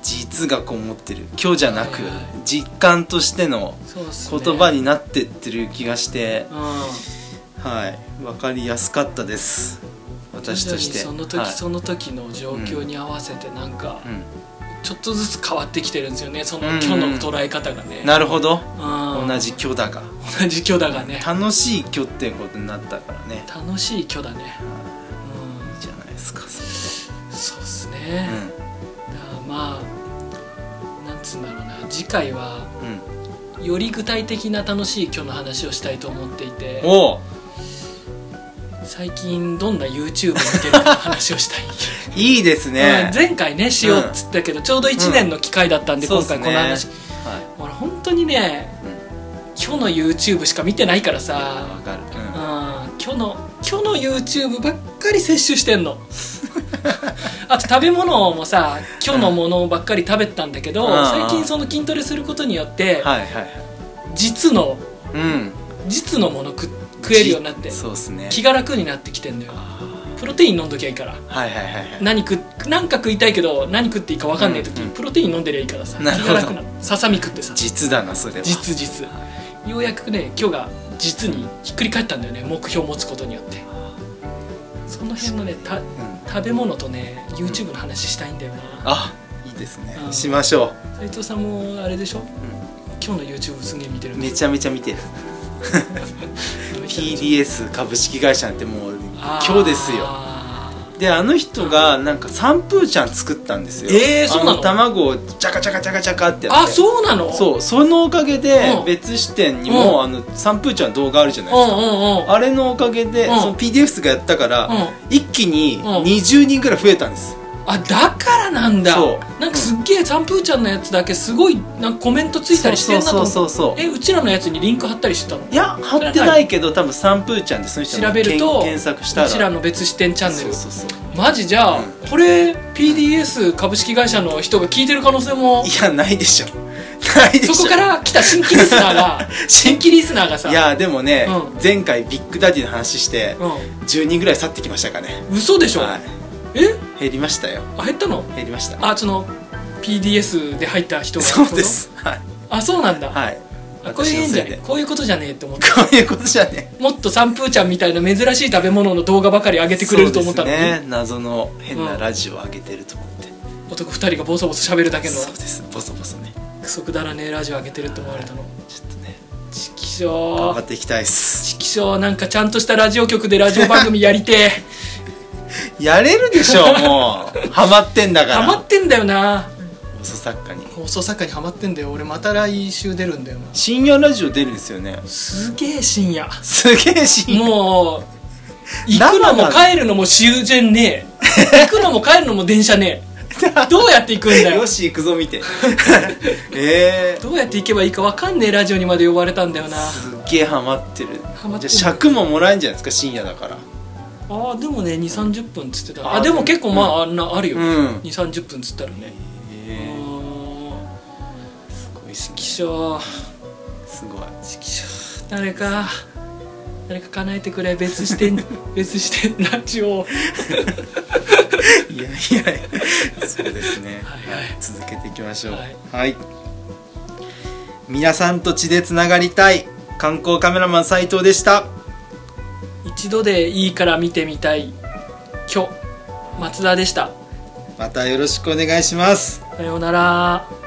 [SPEAKER 2] 実がこもってる今日じゃなく、
[SPEAKER 1] はいは
[SPEAKER 2] 実感としての
[SPEAKER 1] そうっすね
[SPEAKER 2] 言葉になってってる気がして、
[SPEAKER 1] うん
[SPEAKER 2] はい分かりやすかったです私として
[SPEAKER 1] 徐々にその
[SPEAKER 2] は
[SPEAKER 1] 時
[SPEAKER 2] い
[SPEAKER 1] その時の状況に合わせてなんか
[SPEAKER 2] う
[SPEAKER 1] ちょっとずつ変わってきてるんですよねその
[SPEAKER 2] うんうん
[SPEAKER 1] 今日の捉え方がね
[SPEAKER 2] ん、なるほど、
[SPEAKER 1] うん
[SPEAKER 2] 同じ巨だが
[SPEAKER 1] 同じ巨だがね
[SPEAKER 2] 楽しい巨ってことになったからね
[SPEAKER 1] 楽しい巨だね
[SPEAKER 2] は
[SPEAKER 1] う
[SPEAKER 2] いいいじゃないですかそ
[SPEAKER 1] んそうっす
[SPEAKER 2] れ
[SPEAKER 1] ね
[SPEAKER 2] で、
[SPEAKER 1] だからまあなんつうんだろうな次回は
[SPEAKER 2] うん、うん、
[SPEAKER 1] より具体的な楽しい巨の話をしたいと思っていて
[SPEAKER 2] おお
[SPEAKER 1] 最近どんな YouTube を見てるかの話をしたい
[SPEAKER 2] いいです
[SPEAKER 1] う
[SPEAKER 2] ね
[SPEAKER 1] ん、前回ねしようっつったけど、ちょうど1年の機会だったんで、
[SPEAKER 2] そうっ
[SPEAKER 1] 今回
[SPEAKER 2] すね
[SPEAKER 1] この話、
[SPEAKER 2] は
[SPEAKER 1] 俺本当にね
[SPEAKER 2] い、うん
[SPEAKER 1] 今日の YouTube しか見てないから
[SPEAKER 2] あわ
[SPEAKER 1] さ、
[SPEAKER 2] かる、
[SPEAKER 1] うん、
[SPEAKER 2] う
[SPEAKER 1] 今日の今日の YouTube ばっかり摂取してん のあと食べ物もさ今日のものばっかり食べてたんだけど、
[SPEAKER 2] うんうん
[SPEAKER 1] 最近その筋トレすることによって、
[SPEAKER 2] ん、はいはいはい
[SPEAKER 1] 実の
[SPEAKER 2] うん
[SPEAKER 1] 実のもの食食えるようになって
[SPEAKER 2] じそうですね
[SPEAKER 1] 気が楽になってきてんだよ
[SPEAKER 2] あ
[SPEAKER 1] プロテイン飲んどきゃいいから
[SPEAKER 2] ーはいはいはいはい
[SPEAKER 1] 何食何か食いたいけど何食っていいか分かんない時、
[SPEAKER 2] うんうん
[SPEAKER 1] プロテイン飲んでりゃいいからさ気
[SPEAKER 2] なるほど
[SPEAKER 1] が楽なのささみ食ってさ
[SPEAKER 2] 実だなそれは
[SPEAKER 1] 実実ようやくね今日が実にひっくり返ったんだよね目標を持つことによってその辺のねた
[SPEAKER 2] うん
[SPEAKER 1] 食べ物とね YouTube の話したいんだよな
[SPEAKER 2] あいいですね、
[SPEAKER 1] うん
[SPEAKER 2] しましょ
[SPEAKER 1] 斉藤さんもあれでしょ
[SPEAKER 2] う、
[SPEAKER 1] 今日の YouTube すげえ見てる
[SPEAKER 2] うんん、
[SPEAKER 1] で
[SPEAKER 2] めちゃめちゃ見てる PDS 株式会社なんてもう今日ですよであの人がなんか三風ちゃん作ったんですよ
[SPEAKER 1] えーそうなの
[SPEAKER 2] あ卵をジャカジャカジャカジャカってやって
[SPEAKER 1] あそうなの
[SPEAKER 2] そうそのおかげで
[SPEAKER 1] うん
[SPEAKER 2] 別視点に
[SPEAKER 1] う
[SPEAKER 2] も
[SPEAKER 1] ん
[SPEAKER 2] あの三風ちゃんの動画あるじゃないです
[SPEAKER 1] ん
[SPEAKER 2] か
[SPEAKER 1] うんうん
[SPEAKER 2] あれのおかげで
[SPEAKER 1] うん
[SPEAKER 2] その PDF がやったから
[SPEAKER 1] うん
[SPEAKER 2] 一気に
[SPEAKER 1] うん
[SPEAKER 2] 20人ぐらい増えたんです
[SPEAKER 1] あだからなんだ
[SPEAKER 2] そ
[SPEAKER 1] なんかすっげえサンプーちゃんのやつだけすごいなんかコメントついたりしてんなと思って
[SPEAKER 2] そうそうそうそう
[SPEAKER 1] えうちらのやつにリンク貼ったりしてたの
[SPEAKER 2] いや貼ってないけど多分サンプーちゃんでその人が
[SPEAKER 1] 調べると
[SPEAKER 2] 検検索したら
[SPEAKER 1] うちらの別視点チャンネ
[SPEAKER 2] そ
[SPEAKER 1] ル
[SPEAKER 2] うそうそう
[SPEAKER 1] マジじゃあ、
[SPEAKER 2] うん
[SPEAKER 1] これ PDS 株式会社の人が聞いてる可能性も
[SPEAKER 2] いやないでしょないでしょ
[SPEAKER 1] そこから来た新規リスナーが新規リスナーがさ
[SPEAKER 2] いやでもね、
[SPEAKER 1] う
[SPEAKER 2] 前回ビッグダディの話して、10人ぐらい去ってきましたかね
[SPEAKER 1] うん、嘘でしょ、
[SPEAKER 2] はい
[SPEAKER 1] え
[SPEAKER 2] 減りましたよ
[SPEAKER 1] あ減ったの
[SPEAKER 2] 減りました
[SPEAKER 1] あその PDS で入った人が
[SPEAKER 2] そうですはい、
[SPEAKER 1] そのあそうなんだ、
[SPEAKER 2] はい、
[SPEAKER 1] あこういう
[SPEAKER 2] 私
[SPEAKER 1] ん
[SPEAKER 2] の
[SPEAKER 1] じ
[SPEAKER 2] せ
[SPEAKER 1] ゃ
[SPEAKER 2] いで
[SPEAKER 1] ね
[SPEAKER 2] こ
[SPEAKER 1] こういうことじゃねえって思って
[SPEAKER 2] ういうことじゃね
[SPEAKER 1] もっとサンプーちゃんみたいな珍しい食べ物の動画ばかり上げてくれると思ったのに、
[SPEAKER 2] そうですね謎の変なラジオを上げてると思って、
[SPEAKER 1] 男2人がボソボソ喋るだけの
[SPEAKER 2] そうですボソボソね
[SPEAKER 1] クソくだらねえラジオ上げてるって思われたの
[SPEAKER 2] ちょっとね
[SPEAKER 1] ちきし
[SPEAKER 2] 頑
[SPEAKER 1] ょ
[SPEAKER 2] 張っ
[SPEAKER 1] う
[SPEAKER 2] ていきたいです
[SPEAKER 1] ちきしょうなんかちゃんとしたラジオ局でラジオ番組やり てえ
[SPEAKER 2] やれるで しょもうハマってんだから
[SPEAKER 1] ハマってんだよな
[SPEAKER 2] 放送作家に
[SPEAKER 1] 放送作家にハマってんだよ俺また来週出るんだよな
[SPEAKER 2] 深夜ラジオ出るんですよね
[SPEAKER 1] すげえ深夜
[SPEAKER 2] すげえ深夜
[SPEAKER 1] もう行くのも帰るのも終電 ねえ行くのも帰るのも電車ねえどうやって行くんだよ
[SPEAKER 2] よし行くぞ見て ええ
[SPEAKER 1] どうやって行けばいいか分かんねえラジオにまで呼ばれたんだよな
[SPEAKER 2] すっげえハマってる
[SPEAKER 1] ハマってる
[SPEAKER 2] じゃあ尺ももらえんじゃないですか深夜だから
[SPEAKER 1] あーでもね2 3 0分っつってた
[SPEAKER 2] あ
[SPEAKER 1] あでも結構まああんなあるよ、
[SPEAKER 2] うん
[SPEAKER 1] 2 3 0分っつったらねう
[SPEAKER 2] え
[SPEAKER 1] ーん
[SPEAKER 2] えすごいっすね
[SPEAKER 1] 気象
[SPEAKER 2] すごい
[SPEAKER 1] 気象誰か誰か叶えてくれ別視 点別視点ラジオを
[SPEAKER 2] いやいやそうですね、
[SPEAKER 1] はいはい
[SPEAKER 2] 続けていきましょう
[SPEAKER 1] はい
[SPEAKER 2] はい、皆さんと血でつながりたい観光カメラマン斉藤でした
[SPEAKER 1] 一度でいいから見てみたい今日松田でした
[SPEAKER 2] またよろしくお願いします
[SPEAKER 1] さようなら